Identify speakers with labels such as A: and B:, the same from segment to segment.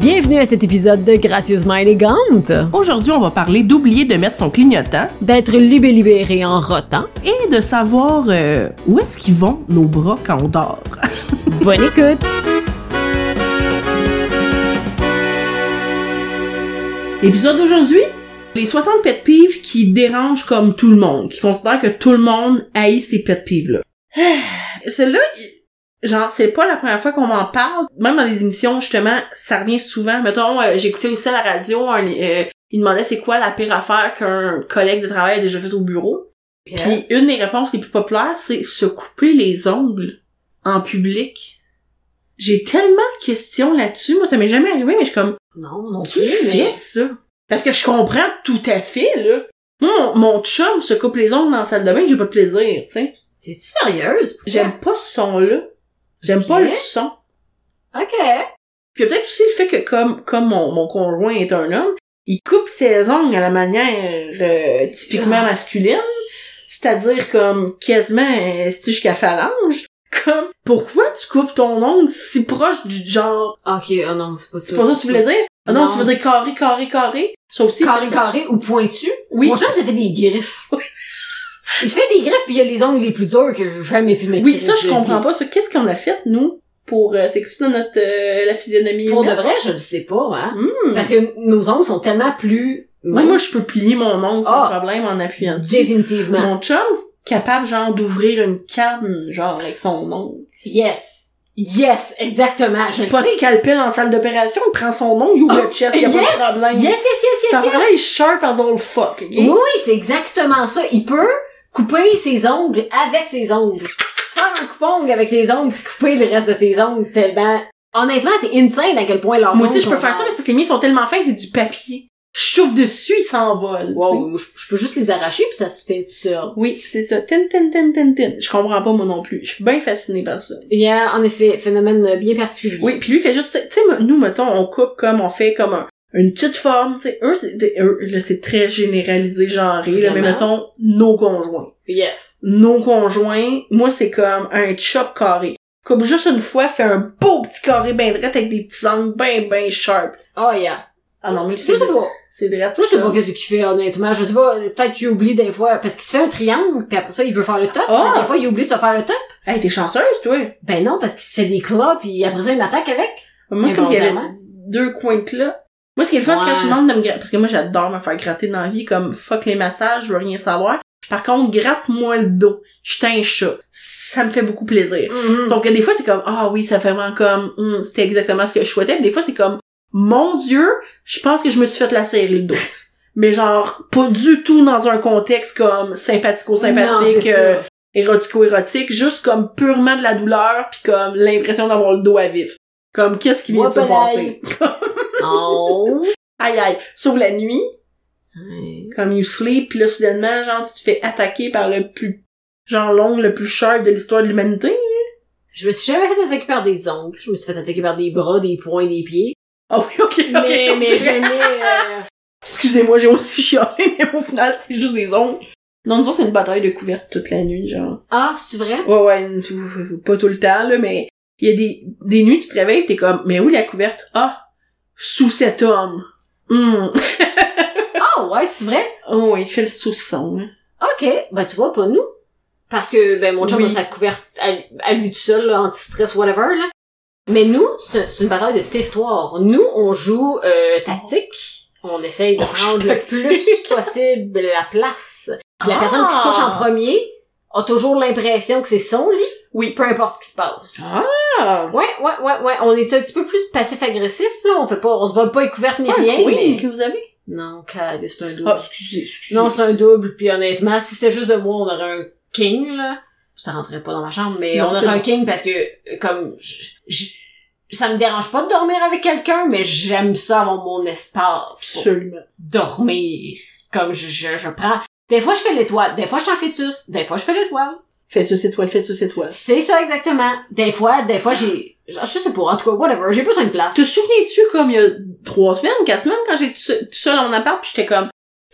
A: Bienvenue à cet épisode de Gracieusement élégante,
B: Aujourd'hui, on va parler d'oublier de mettre son clignotant
A: d'être libé libéré en rotant.
B: et de savoir euh, où est-ce qu'ils vont nos bras quand on dort.
A: Bonne écoute.
B: Épisode d'aujourd'hui, les 60 pet peeves qui dérangent comme tout le monde, qui considèrent que tout le monde haït ces pet peeves-là. Ah, Celle-là, il- genre, c'est pas la première fois qu'on m'en parle. Même dans les émissions, justement, ça revient souvent. Mettons, euh, j'écoutais aussi à la radio, un, euh, il demandait c'est quoi la pire affaire qu'un collègue de travail a déjà faite au bureau. Puis une des réponses les plus populaires, c'est se couper les ongles en public. J'ai tellement de questions là-dessus. Moi, ça m'est jamais arrivé, mais je suis comme,
A: Non, non
B: qui fait ça? Parce que je comprends tout à fait, là. Moi, mon, mon chum se coupe les ongles dans la salle de bain, j'ai pas de plaisir, tu sais.
A: T'es-tu sérieuse?
B: J'aime pas ce son-là. J'aime pas
A: Ok.
B: le son.
A: OK.
B: Puis peut-être aussi le fait que comme, comme mon, mon conjoint est un homme, il coupe ses ongles à la manière euh,
A: Ah.
B: typiquement masculine. C'est-à-dire comme quasiment euh, c'est jusqu'à phalange. Comme pourquoi tu coupes ton ongle si proche du genre
A: OK, ah non, c'est pas ça.
B: C'est pas ça que tu voulais dire? Ah non,
A: Non.
B: tu veux dire carré, carré, carré. Ça aussi.
A: Carré,
B: c'est-
A: carré ou pointu.
B: Oui.
A: Mon chum, ça fait des griffes. Il se fait des griffes, puis il y a les ongles les plus durs que j'ai jamais vu
B: Oui, ça je comprends pas. Ça, Qu'est-ce qu'on a fait, nous, pour euh, c'est que ça notre euh, la physionomie
A: Pour de
B: humaine?
A: vrai, je le sais pas, hein.
B: Hmm.
A: Parce que nos ongles sont tellement plus...
B: Moi, moi, je peux plier mon ongle sans
A: Ah.
B: problème en appuyant dessus.
A: Définitivement.
B: Mon chum, capable, genre, d'ouvrir une canne, genre, avec son ongle.
A: Yes. Yes, exactement. Je le
B: Pas de
A: sais. Ah,
B: scalpel en salle d'opération, il prend son ongle, il ouvre le chest, il y a
A: yes,
B: pas de problème.
A: Yes, yes, yes,
B: Cet
A: yes, yes.
B: enfant-là, il est sharp as all fuck, ok?
A: Oui, oui, c'est exactement ça. Il peut couper ses ongles avec ses ongles. Se faire un coupon avec ses ongles puis couper le reste de ses ongles tellement... Honnêtement, c'est insane à quel point leurs
B: Moi
A: ongles
B: aussi, je peux
A: sont
B: faire ça, mais c'est parce que les miens sont tellement fins que c'est du papier. Je chauffe dessus, ils s'envolent.
A: Wow,
B: tu sais.
A: moi, je, je peux juste les arracher puis ça se fait tout seul.
B: Oui, c'est ça. Tin, tin, tin, tin, tin. Je comprends pas, moi non plus. Je suis bien fascinée par ça.
A: Il y a en effet phénomène euh, bien particulier.
B: Oui, puis lui il fait juste, tu sais, nous mettons, on coupe comme on fait comme un- une petite forme, tu sais, eux, c'est, de- eux, là, c'est très généralisé, genré, là, mais
A: Vraiment?
B: mettons nos conjoints.
A: Yes.
B: Nos conjoints, moi c'est comme un chop carré. Coupe juste une fois, fait un beau petit carré ben droit avec des petits angles ben ben sharp.
A: Oh yeah.
B: Ah non, mais
A: Je sais
B: c'est
A: pas.
B: c'est droit.
A: Je sais
B: ça.
A: pas qu'est-ce qu'il fait honnêtement. Je sais pas. Peut-être qu'il oublie des fois parce qu'il se fait un triangle puis après ça il veut faire le top.
B: Ah!
A: mais Des fois il oublie de se faire le top.
B: Hey, t'es chanceuse, toi.
A: Ben non parce qu'il se fait des claws puis après ça il m'attaque avec.
B: Moi, c'est comme s'il y avait
A: Involontairement.
B: deux coins de là. Moi, ce qui est le fun, c'est que je
A: Ouais.
B: demande de me gratter. Parce que moi, j'adore me faire gratter dans la vie, comme fuck les massages, je veux rien savoir. Par contre, gratte-moi le dos. Je suis un chat. Ça me fait beaucoup plaisir.
A: Mm.
B: Sauf que des fois, c'est comme, ah oui, ça fait vraiment comme, hum, c'était exactement ce que je souhaitais. Puis Des fois, c'est comme, mon Dieu, je pense que je me suis fait lacérer le dos. Mais genre, pas du tout dans un contexte comme sympathico-sympathique,
A: Non, c'est
B: euh,
A: ça.
B: érotico-érotique, juste comme purement de la douleur, puis comme l'impression d'avoir le dos à vif. Comme, qu'est-ce qui vient de se
A: Wapalaï.
B: passer?
A: Oh.
B: Aïe aïe. Sauf la nuit, comme you sleep, pis là, soudainement, genre, tu te fais attaquer par le plus, genre, long, le plus sharp de l'histoire de l'humanité.
A: Je me suis jamais fait attaquer par des ongles. Je me suis fait attaquer par des bras, des poings, des pieds.
B: Ah oui, ok, ok.
A: Mais,
B: ok.
A: mais jamais. euh,
B: Excusez-moi, j'ai aussi chialé, mais au final, c'est juste des ongles. Non, nous autres, c'est une bataille de couverte toute la nuit, genre.
A: Ah, c'est vrai?
B: Ouais, ouais, une- pas tout le temps, là, mais il y a des, des nuits, tu te réveilles, t'es comme, mais où la couverte? Ah! Sous cet homme. Hum.
A: Ah ouais, c'est vrai?
B: Oh, il fait le sous-son, hein.
A: OK. Ben, tu vois, pas nous. Parce que, ben, mon chum
B: Oui.
A: a sa couverte à, à lui tout seul, là, anti-stress, whatever, là. Mais nous, c'est un- c'est une bataille de territoire. Nous, on joue euh, tactique. On essaye de
B: On joue
A: prendre le
B: tactique.
A: plus possible la place. Puis la
B: Ah!
A: personne qui se couche en premier a toujours l'impression que c'est son lit,
B: Oui.
A: peu importe ce qui se passe.
B: Ah!
A: Ouais, ouais, ouais, ouais. On est un petit peu plus passif-agressif, là. On fait pas, on se vole pas les couvertes ni
B: Ah,
A: rien,
B: oui,
A: mais...
B: que vous avez?
A: Non, calme, c'est un double.
B: Ah, excusez, excusez.
A: Non, c'est un double, puis honnêtement, si c'était juste de moi, on aurait un king, là. Ça rentrait pas dans ma chambre, mais
B: Non,
A: on
B: c'est
A: aurait un
B: bon.
A: king parce que, euh, comme, je- je- ça me dérange pas de dormir avec quelqu'un, mais j'aime ça avoir mon espace pour
B: Absolument.
A: dormir. Comme, je, je, je prends... Des fois, je fais l'étoile. Des fois, je t'en fœtus. Des fois, je fais l'étoile.
B: Faites ça, cette toile, faites ça, cette toile.
A: C'est ça, exactement. Des fois, des fois, j'ai... Je sais pas, en tout cas, whatever. J'ai besoin de place.
B: Te souviens-tu, comme il y a trois semaines, quatre semaines, quand j'étais se- tout seul dans mon appart, pis j'étais comme,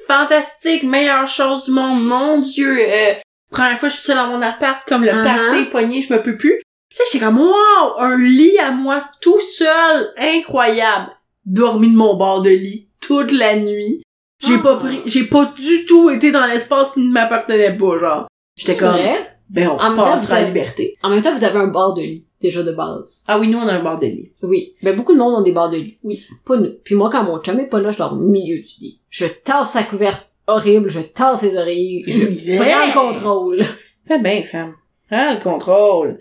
B: fantastique, meilleure chose du monde, mon dieu, euh, première fois que je suis seule dans mon appart, comme le
A: Uh-huh.
B: party poignet, je me peux plus. Pis ça, j'étais comme, wow, un lit à moi tout seul, incroyable. dormi de mon bord de lit toute la nuit. J'ai
A: Ah.
B: pas pris, j'ai pas du tout été dans l'espace qui ne m'appartenait pas, genre. J'étais
A: C'est
B: comme,
A: vrai.
B: ben, on
A: En même temps,
B: passe
A: vous
B: à la
A: avez-
B: liberté.
A: En même temps, vous avez un bord de lit, déjà de base.
B: Ah oui, nous, on a un bord de lit.
A: Oui. Ben, beaucoup de monde ont des bords de lit.
B: Oui.
A: Pas nous. Puis moi, quand mon chum est pas là, je dors au milieu du lit. Je tasse sa couverte horrible, je tasse ses oreilles, je prends
B: Yeah.
A: le contrôle.
B: Fais bien, femme. Prends le contrôle.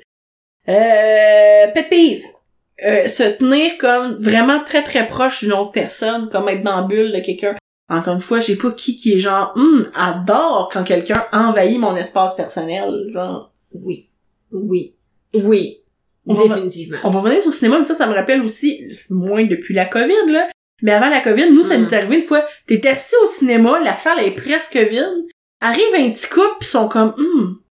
B: Euh, pet peeve. Euh, se tenir comme vraiment très très proche d'une autre personne, comme être dans la bulle de quelqu'un. Encore une fois, j'ai pas qui qui est genre, hum, adore quand quelqu'un envahit mon espace personnel, genre.
A: Oui. Oui. Oui.
B: On va-
A: Définitivement.
B: On va revenir sur le cinéma, mais ça, ça me rappelle aussi, c'est moins depuis la COVID, là. Mais avant la COVID, nous, ça
A: Mm.
B: nous est arrivé une fois, t'es assis au cinéma, la salle est presque vide, arrive un petit couple, pis sont comme, hum,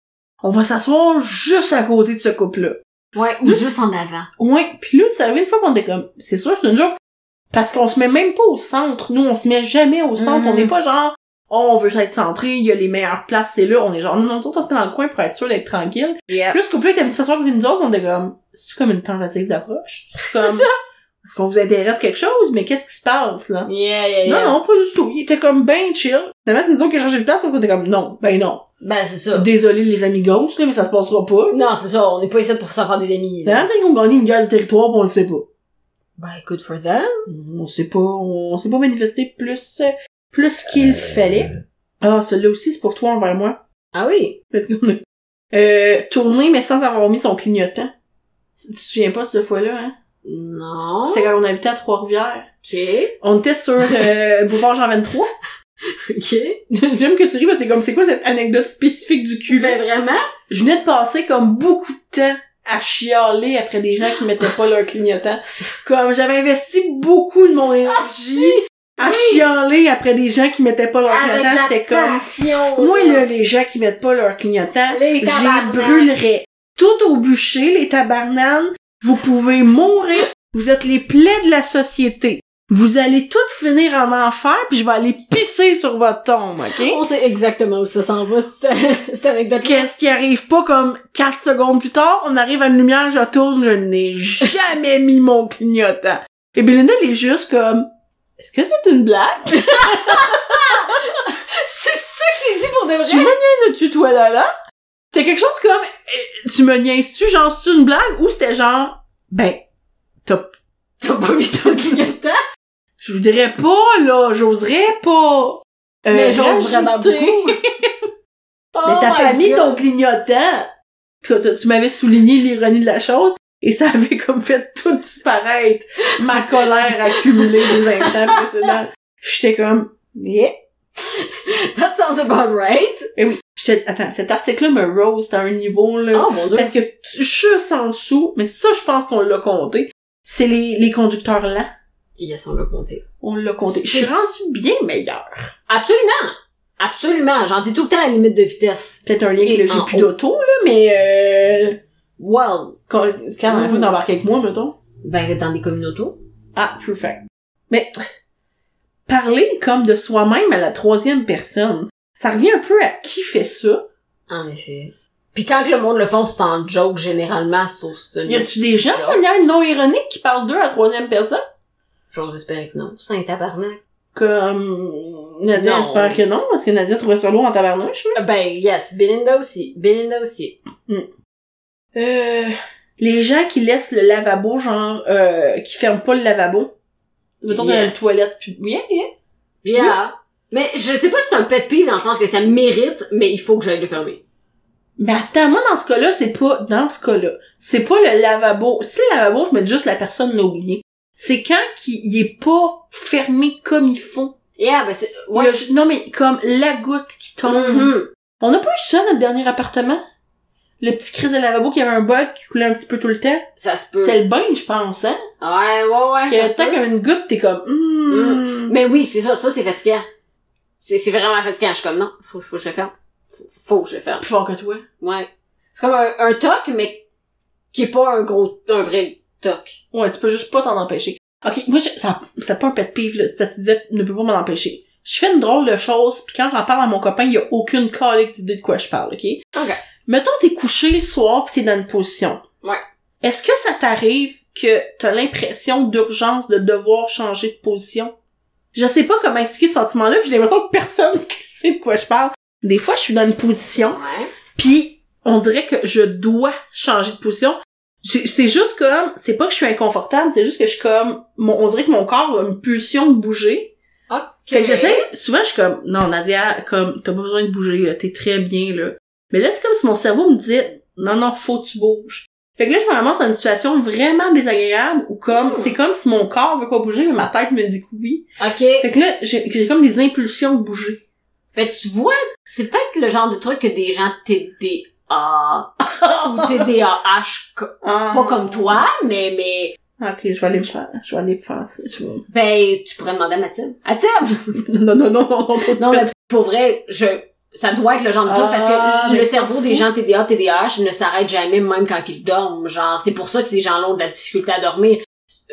B: on va s'asseoir juste à côté de ce couple-là.
A: Ouais, ou
B: Nous-
A: juste en avant.
B: Ouais, pis là, ça arrivé une fois qu'on était comme, c'est sûr, c'est une joke. Parce qu'on se met même pas au centre. Nous, on se met jamais au centre.
A: Mhm.
B: On n'est pas genre, oh, on veut être centré, il y a les meilleures places, c'est là. On est genre, non, non, nous autres, on se met dans le coin pour être sûr d'être tranquille.
A: Yeah.
B: Puis là, ce couple-là était venu s'asseoir avec nous autres, on était comme, c'est comme une tentative d'approche.
A: C'est
B: comme,
A: ça.
B: Est-ce qu'on vous intéresse quelque chose? Mais qu'est-ce qui se passe, là?
A: Yeah, yeah, yeah.
B: Non, non, pas du tout. Il était comme ben chill. Finalement, c'est nous autres qui a changé de place, on était comme, non, ben non.
A: Ben, c'est ça.
B: Désolé les amigos, là, mais ça se passera pas.
A: Non, c'est ça, on n'est pas ici pour s'en faire des amis. là.
B: Là, peut-être qu'on gagne une guerre de territoire, pis on le sait pas.
A: Ben, good for them.
B: on s'est pas on s'est pas manifesté plus plus qu'il fallait ah celui-là aussi c'est pour toi envers moi
A: Ah oui.
B: parce qu'on a euh, tourné mais sans avoir mis son clignotant tu te souviens pas de cette fois-là hein
A: Non.
B: c'était quand on habitait à Trois-Rivières
A: Ok.
B: on était sur euh, boulevard Jean 23
A: Ok.
B: j'aime que tu ris parce que t'es comme c'est quoi cette anecdote spécifique du cul
A: Ben, vraiment?
B: je venais de passer comme beaucoup de temps à chialer après des gens qui mettaient pas leur clignotant. Comme j'avais investi beaucoup de mon énergie à chialer après des gens qui mettaient pas leur clignotant, j'étais comme
A: passion.
B: moi là les gens qui mettent pas leur clignotant,
A: Les tabarnak.
B: j'y brûlerais. Tout au bûcher les tabarnanes, vous pouvez mourir, vous êtes les plaies de la société. Vous allez toutes finir en enfer, puis je vais aller pisser sur votre tombe, OK
A: On sait exactement où ça s'en va, cette, cette anecdote.
B: Qu'est-ce qui arrive pas comme 4 secondes plus tard, on arrive à une lumière, je tourne, je n'ai jamais mis mon clignotant. Et Belinda, elle est juste comme, est-ce que c'est une blague?
A: C'est ça que j'ai dit pour de
B: tu me niaises-tu, toi, là, là? C'était quelque chose comme, Eh, tu me niaises-tu, genre, c'est une blague? Ou c'était genre, ben, top.
A: T'as pas mis ton clignotant?
B: Je voudrais pas, là, j'oserais pas. Euh,
A: mais j'ose vraiment
B: rajouter.
A: beaucoup.
B: Mais
A: Oh
B: t'as pas
A: my
B: mis
A: God.
B: ton clignotant. hein? En tout cas, t'as- tu m'avais souligné l'ironie de la chose et ça avait comme fait tout disparaître ma colère accumulée des instants précédents. J'étais comme, yeah.
A: That sounds about right.
B: Et Eh oui, j'étais, attends, cet article-là me rose à un niveau, là.
A: Oh mon dieu.
B: Euh, parce que tu- juste en dessous, mais ça, je pense qu'on l'a compté, c'est les, les conducteurs lents.
A: Yes, on l'a compté.
B: On l'a compté. Je suis
A: C'est-
B: rendue bien meilleure.
A: Absolument. Absolument. J'en dis tout le temps à la limite de vitesse.
B: Peut-être un lien que
A: Et
B: là, j'ai
A: en
B: plus
A: haut.
B: d'auto, là, mais euh,
A: Well.
B: quand, quand la dernière
A: Mm.
B: fois d'embarquer avec moi, mettons.
A: Ben, dans des communautos.
B: Ah, true fact. Mais parler comme de soi-même à la troisième personne, ça revient un peu à qui fait ça.
A: En effet. Puis quand que le monde le font, c'est en joke généralement sur cette
B: Y a-tu des gens
A: Genre.
B: de manière non ironique qui parlent d'eux à la troisième personne?
A: J'ose espérer que non. C'est un tabarnak.
B: Comme Nadia
A: Non.
B: espère que non, parce que Nadia trouvait ça lourd en tavernouche.
A: Euh, Ben, yes. Belinda aussi. Belinda aussi.
B: Euh, les gens qui laissent le lavabo, genre, euh, qui ferment pas le lavabo. Mettons dans la
A: Yes.
B: toilette, puis bien, bien.
A: Yeah. Mais je sais pas si c'est un pet peeve dans le sens que ça mérite, mais il faut que j'aille le fermer.
B: Mais attends, moi, dans ce cas-là, c'est pas, dans ce cas-là, c'est pas le lavabo. Si le lavabo, je mets juste la personne l'a oublié. C'est quand qu'il il est pas fermé comme il faut.
A: Yeah, ben c'est...
B: Il y
A: Ouais.
B: a ju- non, mais comme la goutte qui tombe.
A: Mhm.
B: On n'a pas eu ça, notre dernier appartement? Le petit crise de lavabo qui avait un bug qui coulait un petit peu tout le temps.
A: Ça se peut. Ouais,
B: C'était le bain, je pense, hein?
A: ouais, ouais.
B: Qui
A: Mm. Ah, ça
B: avait
A: se
B: tant
A: peut. Mm.
B: comme une goutte, t'es comme, hmm.
A: Mais oui, c'est ça. Ça, c'est fatigant. C'est c'est vraiment fatigant. Je suis comme, non, faut, faut que je le ferme. Faut, faut que je le ferme.
B: Plus fort que toi.
A: Ouais. C'est comme un, un toc, mais qui est pas un gros, un vrai toc.
B: Ouais, tu peux juste pas t'en empêcher. Ok, moi, je, ça, c'était pas un pet peeve, là, parce que tu disais, ne peux pas m'en empêcher. Je fais une drôle de chose, puis quand j'en parle à mon copain, il y a aucune calique d'idée de quoi je parle, ok?
A: Ok.
B: Mettons, t'es couché le soir, pis t'es dans une position.
A: Ouais.
B: Est-ce que ça t'arrive que t'as l'impression d'urgence de devoir changer de position? Je sais pas comment expliquer ce sentiment-là, puis j'ai l'impression que personne sait de quoi je parle. Des fois, je suis dans une position,
A: Ouais.
B: puis on dirait que je dois changer de position. J'ai- C'est juste comme, c'est pas que je suis inconfortable, c'est juste que je suis comme, mon- on dirait que mon corps a une pulsion de bouger,
A: Ok.
B: fait que j'essaie, souvent je suis comme, non Nadia, comme, t'as pas besoin de bouger, là, t'es très bien, là. Mais là, c'est comme si mon cerveau me dit, non, non, faut que tu bouges. Fait que là, je me ramasse dans une situation vraiment désagréable où comme,
A: Mm.
B: c'est comme si mon corps veut pas bouger, mais ma tête me dit que oui.
A: Ok.
B: Fait que là, j'ai j'ai comme des impulsions de bouger.
A: Ben, tu vois, c'est peut-être le genre de truc que des gens TDA ou TDAH, co- pas comme toi, mais, mais,
B: Ah, Ok, je vais aller me faire, je vais aller me faire ça. je vais-
A: ben, tu pourrais demander à Mathilde. À Tim!
B: non, non, non, non, non, faut que tu
A: Non,
B: pètes.
A: mais pour vrai, je, ça doit être le genre de truc
B: Ah,
A: parce que
B: mais
A: le
B: c'est
A: cerveau
B: fou.
A: des gens TDA, TDAH ne s'arrête jamais même quand ils dorment. Genre, c'est pour ça que ces gens-là ont de la difficulté à dormir.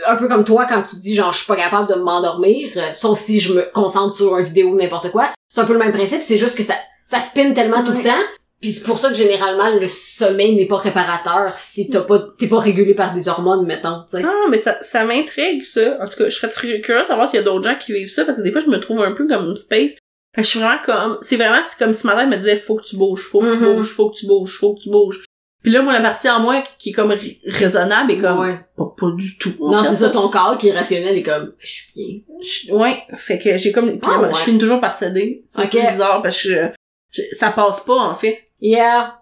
A: Un peu comme toi quand tu dis genre, je suis pas capable de m'endormir, euh, sauf si je me concentre sur une vidéo ou n'importe quoi. C'est un peu le même principe, c'est juste que ça, ça spinne tellement tout le
B: Ouais.
A: temps. Puis c'est pour ça que généralement le sommeil n'est pas réparateur si t'as pas t'es pas régulé par des hormones mettons tu sais.
B: Non, mais ça, ça m'intrigue, ça. En tout cas, je serais très curieuse de savoir s'il y a d'autres gens qui vivent ça, parce que des fois, je me trouve un peu comme Space. Fait que je suis vraiment comme, c'est vraiment c'est comme si ma tête me disait, faut que tu bouges, faut que tu
A: Mhm.
B: bouges, faut que tu bouges, faut que tu bouges. Puis là, moi, la partie en moi qui est comme ri- raisonnable et comme,
A: Ouais.
B: pas, pas du tout. en
A: Non
B: fait,
A: c'est ça ton corps qui est rationnel est comme je suis bien.
B: Je- ouais, fait que j'ai comme, puis
A: Ah,
B: moi,
A: ouais.
B: je finis toujours par céder. Ça,
A: Ok.
B: C'est bizarre, parce que je- je- ça passe pas, en fait.
A: Yeah.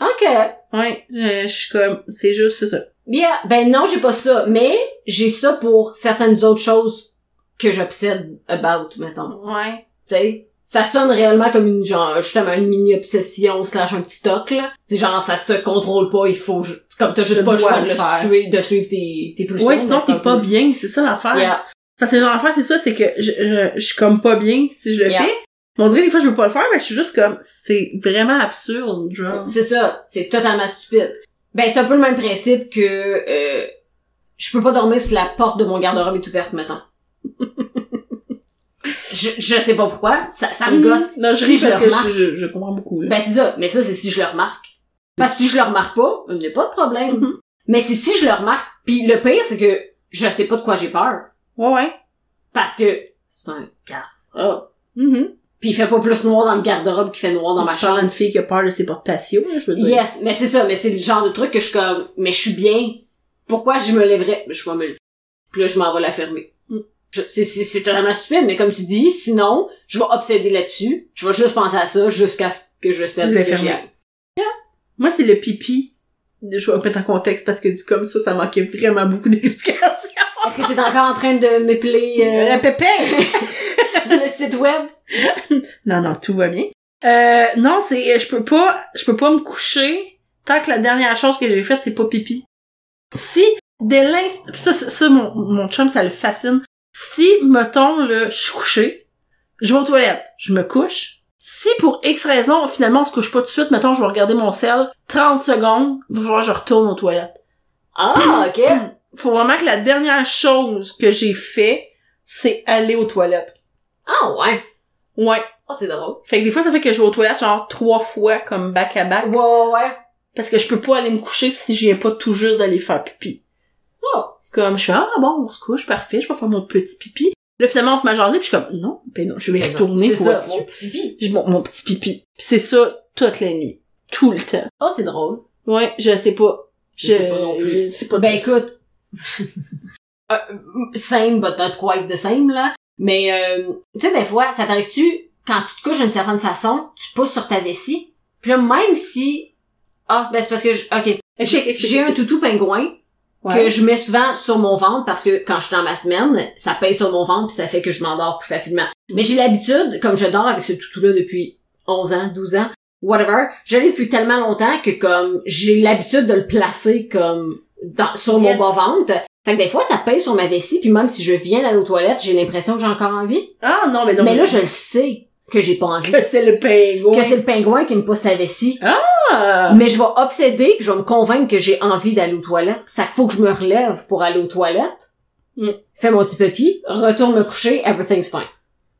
A: Ok.
B: Ouais, euh, je suis comme, c'est juste, c'est ça.
A: Yeah, ben non, j'ai pas ça, mais j'ai ça pour certaines autres choses que j'obsède about, mettons.
B: Ouais.
A: Tu sais, ça sonne réellement comme une genre justement une mini obsession slash un petit toc là. C'est genre ça se contrôle pas, il faut ju- comme t'as juste
B: Je
A: pas le
B: dois
A: choix
B: le
A: de, le
B: faire.
A: suivre, de suivre tes tes pulsions.
B: Ouais, sinon
A: mais c'est
B: t'es
A: un
B: pas
A: peu-
B: bien, c'est ça l'affaire.
A: Yeah.
B: Parce que l'affaire, c'est ça, c'est que je, je, je suis comme pas bien si je le
A: Yeah.
B: fais. Mais on dirait des fois, je veux pas le faire, mais je suis juste comme, c'est vraiment absurde, genre.
A: C'est ça, c'est totalement stupide. Ben c'est un peu le même principe que euh, je peux pas dormir si la porte de mon garde-robe est ouverte, mettons. je, je sais pas pourquoi, ça, ça me gosse.
B: Mm-hmm. Mm. Non, je
A: Si
B: ris
A: je
B: parce
A: le
B: que
A: remarque.
B: je, je, je comprends beaucoup, là.
A: Ben c'est ça, mais ça c'est si je le remarque. Parce que si je le remarque pas, il n'y a pas de problème.
B: Mhm.
A: Mais c'est si je le remarque, puis le pire c'est que je sais pas de quoi j'ai peur
B: Ouais, ouais.
A: parce que c'est un garde-robe.
B: Mhm.
A: Puis il fait pas plus noir dans le garde-robe qu'il fait noir dans ma
B: Je parle à
A: chambre.
B: une fille qui a peur de ses portes patio, là, je veux dire.
A: Yes, mais c'est ça, mais c'est le genre de truc que je suis comme mais je suis bien. Pourquoi je me lèverais Je vais me lever. Puis là je m'en vais la fermer. Je- C'est c'est c'est totalement stupide, mais comme tu dis, sinon je vais obséder là-dessus. Je vais juste penser à ça jusqu'à ce que je
B: Je
A: cède
B: vais
A: que j'y
B: fermer.
A: aille.
B: Moi, c'est le pipi. Je vais remettre en contexte parce que dit comme ça, ça manquait vraiment beaucoup d'explications.
A: Est-ce que t'es encore en train de m'épeler euh,
B: La pépé!
A: le site web.
B: Non, non, tout va bien. Euh, non, c'est, je peux pas, je peux pas me coucher tant que la dernière chose que j'ai faite, c'est pas pipi. Si, dès l'instant, ça, ça, ça, mon, mon chum, ça le fascine. Si, mettons, là, je suis couchée, je vais aux toilettes, je me couche. Si, pour X raison, finalement, on se couche pas tout de suite, mettons, je vais regarder mon sel, 30 secondes, il va falloir que je retourne aux toilettes.
A: Ah, ok.
B: Faut vraiment que la dernière chose que j'ai fait, c'est aller aux toilettes.
A: Ah ouais.
B: Ouais.
A: Ah, c'est drôle.
B: Fait que des fois, ça fait que je vais aux toilettes, genre, trois fois, comme back à back.
A: Ouais, ouais, ouais.
B: Parce que je peux pas aller me coucher si je viens pas tout juste d'aller faire pipi.
A: Oh.
B: Comme, je suis, ah bon, on se couche, parfait, je vais faire mon petit pipi. Là, finalement, on se met à jaser, puis je suis comme, non, ben non, je vais y retourner
A: C'est
B: pour
A: ça,
B: être
A: mon
B: sûr.
A: petit pipi.
B: J'ai mon, mon petit pipi. Puis c'est ça, toute la nuit. Tout le temps.
A: Ah, c'est drôle.
B: Ouais, je sais pas. Je,
A: Je sais pas non plus.
B: C'est pas
A: Ben écoute, euh, same but not quite the same là. Mais euh, tu sais des fois, ça t'arrive-tu quand tu te couches d'une certaine façon, tu pousses sur ta vessie, puis là même si ah ben c'est parce que je- ok j'ai j'ai un toutou pingouin que
B: Ouais.
A: je mets souvent sur mon ventre parce que quand je suis dans ma semaine, ça pèse sur mon ventre puis ça fait que je m'endors plus facilement.
B: Mm.
A: Mais j'ai l'habitude, comme je dors avec ce toutou-là depuis 11 ans, 12 ans, whatever, je l'ai depuis tellement longtemps que comme j'ai l'habitude de le placer comme dans, sur mon
B: Yes.
A: bas-ventre. Fait que des fois, ça pèse sur ma vessie puis même si je viens d'aller aux toilettes, j'ai l'impression que j'ai encore envie.
B: Ah, non, mais non.
A: mais là, je le sais que j'ai pas envie.
B: Que c'est le pingouin.
A: Que c'est le pingouin qui me pousse la vessie.
B: Ah!
A: Mais je vais obséder puis je vais me convaincre que j'ai envie d'aller aux toilettes. Fait qu'il faut que je me relève pour aller aux toilettes.
B: Mm.
A: Fais mon petit papi, retourne me coucher, everything's fine.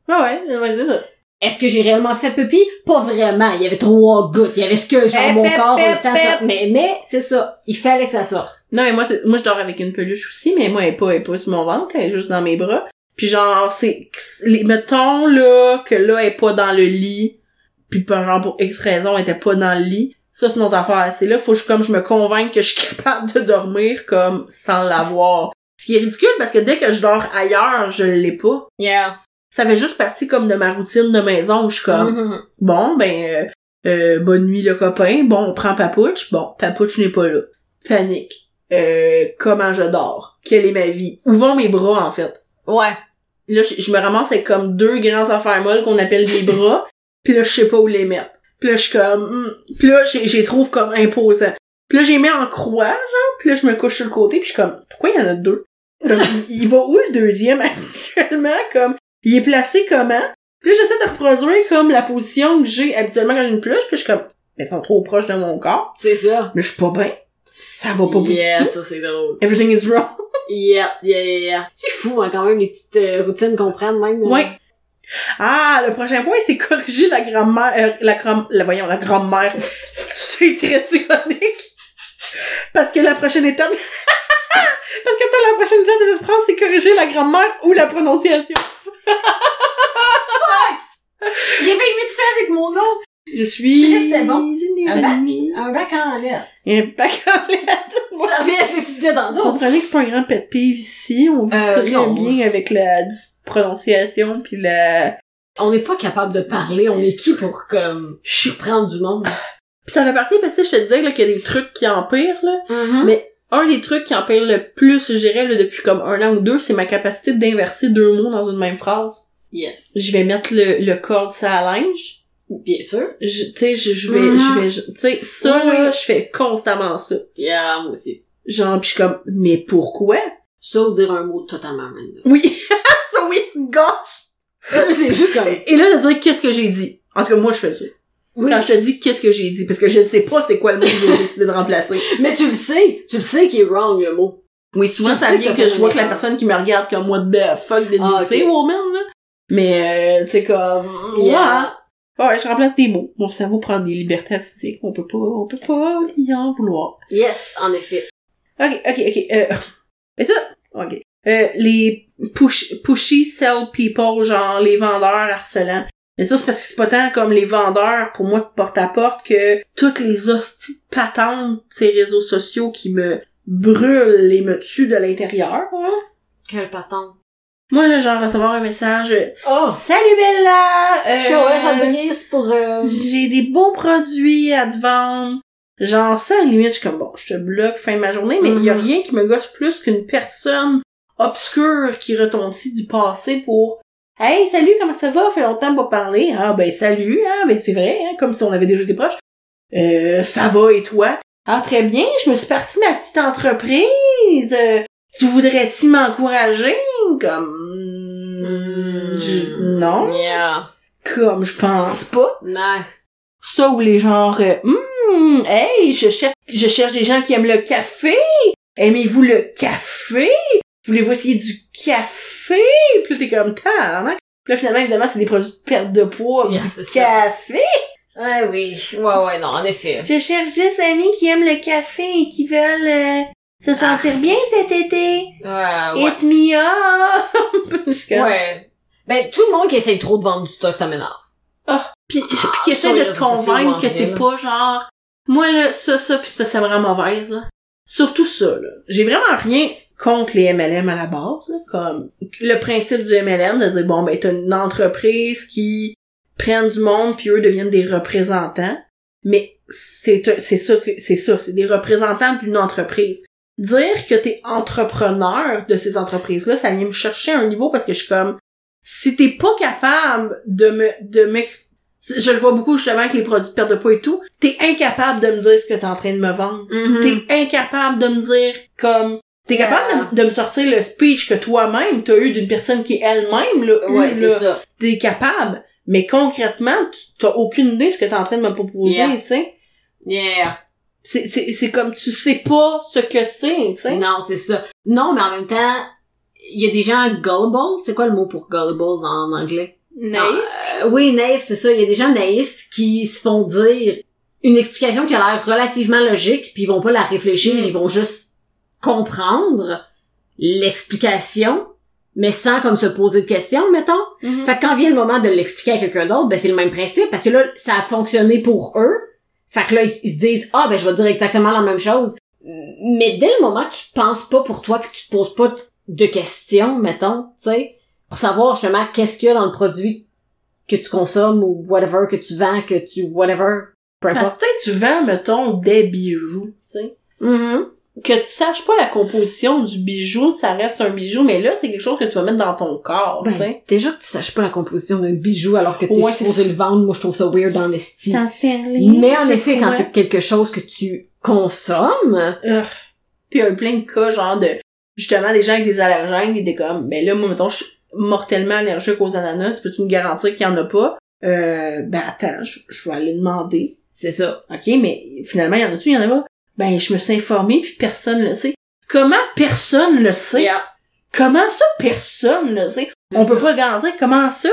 B: Ah Ouais, ouais, ouais, c'est ça.
A: Est-ce que j'ai réellement fait pipi? Pas vraiment. Il y avait trois gouttes. Il y avait ce que j'ai
B: Pep,
A: mon
B: pep,
A: corps a eu le
B: pep,
A: temps de
B: pep.
A: sortir. Mais, mais, c'est ça. Il fallait que ça sorte.
B: Non, mais moi, c'est- moi, je dors avec une peluche aussi, mais moi, elle est pas, elle est pas sur mon ventre, elle est juste dans mes bras. Puis genre, c'est, les, mettons, là, que là, elle est pas dans le lit, puis par genre, pour X raison, elle était pas dans le lit. Ça, c'est notre affaire. C'est là, faut que je, comme, je me convainque que je suis capable de dormir, comme, sans l'avoir. Ce qui est ridicule, parce que dès que je dors ailleurs, je l'ai pas.
A: Yeah.
B: Ça fait juste partie, comme, de ma routine de maison, où je suis comme,
A: Mhm.
B: Bon, ben, euh, euh, bonne nuit le copain. Bon, on prend Papouche. Bon, Papouche n'est pas là. Panique. Euh, comment je dors? Quelle est ma vie? Où vont mes bras, en fait?
A: Ouais.
B: Là, je, je me ramasse avec comme deux grands affaires molles qu'on appelle des bras. Puis là, je sais pas où les mettre. Puis là, je suis comme... hmm. Puis là, j'ai- j'ai trouve comme imposant. Puis là, j'ai mis en croix, genre. Puis là, je me couche sur le côté. Puis je suis comme, pourquoi il y en a deux? Comme, il il va où le deuxième actuellement? Comme, il est placé comment? Puis là, j'essaie de reproduire comme la position que j'ai habituellement quand j'ai une peluche. Puis je suis comme, mais ils sont trop proches de mon corps.
A: C'est ça.
B: Mais je suis pas bien. Ça va pas
A: yeah,
B: beaucoup du tout.
A: ça c'est drôle.
B: Everything is wrong.
A: Yeah, yeah, yeah, yeah. C'est fou, hein, quand même, les petites euh, routines qu'on prend de même. euh.
B: Ouais. Ah, le prochain point, c'est corriger la grand-mère, euh, la grand, la, voyons, la grand-mère. c'est très ironique. Parce que la prochaine étape, parce que attends, la prochaine étape de cette phrase, c'est corriger la grand-mère ou la prononciation.
A: J'ai failli m'étouffer avec mon nom.
B: Je suis...
A: Chris, c'était bon. Ah, bah. Un
B: une
A: bac.
B: ironie.
A: Un bac en lettres.
B: Un bac en lettres.
A: Ça revient à ce que tu disais
B: Vous
A: tantôt.
B: comprenez que c'est pas un grand pet peeve ici. On vous
A: Oh. Euh,
B: dirait
A: non.
B: bien avec la dis- prononciation puis la...
A: On n'est pas capable de parler. On est qui pour, comme, surprendre du monde?
B: Puis ça fait partie, parce que je te disais là, qu'il y a des trucs qui empirent, là.
A: Mhm.
B: un des trucs qui empire le plus, je dirais, là, depuis comme un an ou deux, c'est ma capacité d'inverser deux mots dans une même phrase.
A: Yes.
B: Je vais mettre le, le corde sur la linge.
A: Bien sûr.
B: Je- Tu sais, je, je vais,
A: Mhm.
B: je vais, je- tu sais, ça,
A: Oui, oui.
B: là, je fais constamment ça.
A: Yeah, euh, moi aussi.
B: Genre, pis je suis comme, mais pourquoi?
A: Sauf dire un mot totalement random.
B: Oui. ça, oui, gosh!
A: c'est juste comme...
B: Et là, de dire qu'est-ce que j'ai dit. En tout cas, moi, je fais ça.
A: Oui.
B: Quand je te dis qu'est-ce que j'ai dit, parce que je ne sais pas c'est quoi le mot que j'ai décidé de remplacer.
A: Mais tu le sais. Tu le sais qu'il est wrong, le mot.
B: Oui, souvent
A: Tu
B: ça
A: sais
B: vient
A: que t'as
B: que je vois
A: fait
B: que la
A: une erreur.
B: personne qui me regarde comme what the fuck did
A: Ah,
B: you
A: ok.
B: say, woman, là. Mais, euh, tu sais, comme,
A: Mm-hmm.
B: yeah.
A: Yeah.
B: Ouais, je remplace des mots. Mon cerveau prend des libertés artistiques. On peut pas, on peut pas y en vouloir.
A: Yes, en effet.
B: Ok, ok, ok, euh, et ça, ok. Euh, les push, pushy sell people, genre les vendeurs harcelants. Mais ça, c'est parce que c'est pas tant comme les vendeurs, pour moi, de porte-à-porte, que toutes les hosties de patentes de ces réseaux sociaux qui me brûlent et me tuent de l'intérieur, hein.
A: Quel patente.
B: Moi, là, genre, recevoir un message. euh,
A: Oh!
B: Salut Bella! Euh,
A: Je suis à pour... euh,
B: j'ai des bons produits à te vendre. Genre, ça, à la limite, je suis comme, bon, je te bloque fin de ma journée, mais il y a
A: Mhm.
B: rien qui me gosse plus qu'une personne obscure qui retentit du passé pour Hey, salut, comment ça va? Fait longtemps pas parler. Ah, ben, salut, hein, ben, c'est vrai, hein, comme si on avait déjà été proches. Euh, ça va et toi? Ah, très bien, je me suis partie ma petite entreprise. Euh, tu voudrais-tu m'encourager?
A: Hmm.
B: Comme, je- non.
A: Mm. Yeah.
B: Comme, je pense pas.
A: Non.
B: Ça ou les genres euh, Hmm, hey, je cherche je cherche des gens qui aiment le café. Aimez-vous le café? Voulez-vous essayer du café? Puis là, t'es comme tabarnak. Puis là, finalement, évidemment, c'est des produits de perte de poids.
A: Yes,
B: du
A: c'est ça.
B: café!
A: Ouais, oui. Ouais, ouais, non, en effet.
B: Je cherche 10 amis qui aiment le café et qui veulent euh, se sentir bien cet été.
A: Ouais, ouais.
B: Hit me up! Je suis comme,
A: Ouais. Ben, tout le monde qui essaye trop de vendre du stock, ça m'énerve.
B: Pis, pis qui essaie
A: sur les
B: de te
A: réseaux sociaux,
B: convaincre
A: en
B: que
A: vrai,
B: c'est
A: là.
B: pas genre moi là ça ça puis c'est parce que ça me rend mauvaise là. Surtout ça là. J'ai vraiment rien contre les MLM à la base là, comme le principe du MLM de dire bon ben t'as une entreprise qui prennent du monde puis eux deviennent des représentants mais c'est un- c'est ça que c'est ça c'est des représentants d'une entreprise. Dire que t'es entrepreneur de ces entreprises là ça vient me chercher à un niveau parce que je suis comme si t'es pas capable de me de m'ex- je le vois beaucoup justement avec les produits de perte de poids et tout, t'es incapable de me dire ce que t'es en train de me vendre.
A: T'es-
B: T'es incapable de me dire comme... T'es
A: Euh.
B: capable de, de me sortir le speech que toi-même t'as eu d'une personne qui elle-même l'a
A: Ouais,
B: eu,
A: c'est
B: là.
A: ça.
B: T'es capable, mais concrètement, tu- t'as aucune idée de ce que t'es en train de me proposer,
A: Yeah.
B: tu sais.
A: Yeah.
B: C'est- C'est c'est comme tu sais pas ce que c'est, tu sais.
A: Non, c'est ça. Non, mais en même temps, il y a des gens gullible. C'est quoi le mot pour gullible en anglais?
C: Naïf.
A: Euh, oui, naïf, c'est ça. Il y a des gens naïfs qui se font dire une explication qui a l'air relativement logique, puis ils vont pas la réfléchir,
B: Mm.
A: ils vont juste comprendre l'explication, mais sans comme se poser de questions, mettons. Fait que quand vient le moment de l'expliquer à quelqu'un d'autre, ben c'est le même principe, parce que là, ça a fonctionné pour eux. Fait que là, ils, ils se disent, ah, ben je vais dire exactement la même chose. Mais dès le moment que tu penses pas pour toi, puis que tu te poses pas de questions, mettons, tu sais, pour savoir justement qu'est-ce qu'il y a dans le produit que tu consommes ou whatever, que tu vends, que tu whatever, peu
B: Parce
A: importe.
B: que tu sais, tu vends, mettons, des bijoux. tu sais.
A: Mhm.
B: Que tu saches pas la composition du bijou, ça reste un bijou, mais là, c'est quelque chose que tu vas mettre dans ton corps, tu
A: Ben,
B: sais.
A: déjà que tu saches pas la composition d'un bijou alors que t'es
B: Ouais, c'est
A: supposé le vendre, moi je trouve ça weird dans l'estime.
C: sterling.
A: Mais en effet, quand c'est quelque chose que tu consommes,
B: Urgh. Puis il y a eu plein de cas, genre de, justement, des gens avec des allergènes, ils étaient comme, ben là, moi, mettons, je suis mortellement allergique aux ananas, peux-tu me garantir qu'il y en a pas? Euh, ben attends, je je vais aller demander.
A: c'est ça.
B: OK, mais finalement, il y en a-tu, il y en a pas? Ben, je me suis informée, puis personne le sait. Comment personne le sait?
A: Yeah.
B: Comment ça, personne le sait?
A: C'est
B: On
A: ça.
B: peut pas le garantir. Comment ça?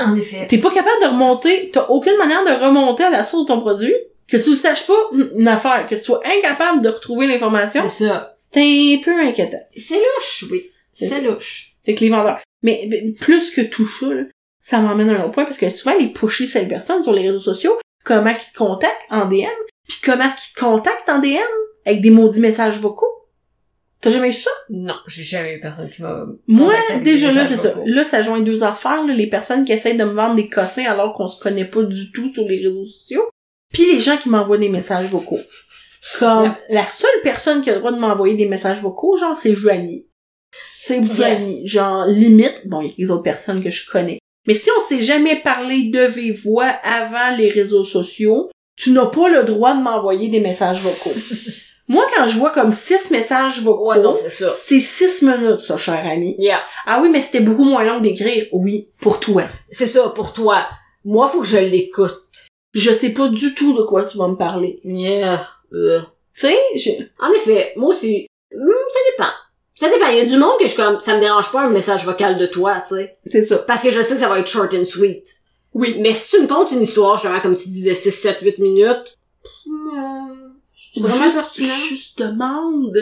A: En effet.
B: T'es pas capable de remonter, t'as aucune manière de remonter à la source de ton produit, que tu le saches pas, une une affaire, que tu sois incapable de retrouver l'information,
A: C'est ça.
B: c'est un peu inquiétant.
A: C'est louche, oui.
B: C'est
A: C'est
B: ça.
A: louche.
B: Fait que les vendeurs. Mais, mais plus que tout ça, là, ça m'emmène à un autre point, parce que souvent, les pusher ces personnes sur les réseaux sociaux, comment qu'ils te contactent en DM, puis comment qu'ils te contactent en DM, avec des maudits messages vocaux. T'as jamais eu ça?
A: Non, j'ai jamais eu personne qui m'a...
B: Moi,
A: contacté avec
B: déjà
A: des
B: là, c'est
A: messages
B: ça.
A: vocaux.
B: Là, ça joint deux affaires, là, les personnes qui essayent de me vendre des cossins alors qu'on se connaît pas du tout sur les réseaux sociaux, puis les gens qui m'envoient des messages vocaux. Comme
A: Yep.
B: la seule personne qui a le droit de m'envoyer des messages vocaux, genre, c'est Joanie. C'est
A: Yes.
B: Joanie. Genre, limite, bon, il y a les autres personnes que je connais. Mais si on s'est jamais parlé de vive voix avant les réseaux sociaux, tu n'as pas le droit de m'envoyer des messages vocaux. Moi, quand je vois comme six messages vocaux,
A: Ouais, non, c'est ça.
B: c'est six minutes, ça, cher ami.
A: Yeah.
B: Ah oui, mais c'était beaucoup moins long d'écrire. Oui, pour toi.
A: C'est ça, pour toi. Moi, faut que je l'écoute.
B: Je sais pas du tout de quoi tu vas me parler.
A: Yeah. Euh.
B: Tu sais, je-
A: En effet, moi aussi, Hmm, ça dépend. Ça dépend. Il y a du monde que je comme, ça me dérange pas un message vocal de toi, tu sais.
B: c'est ça.
A: Parce que je sais que ça va être short and sweet.
B: Oui.
A: Mais si tu me contes une histoire, justement, comme tu dis, de 6, 7, 8 minutes, euh, je
B: Ou
A: trouve vraiment
B: juste,
A: pertinent.
B: juste demande.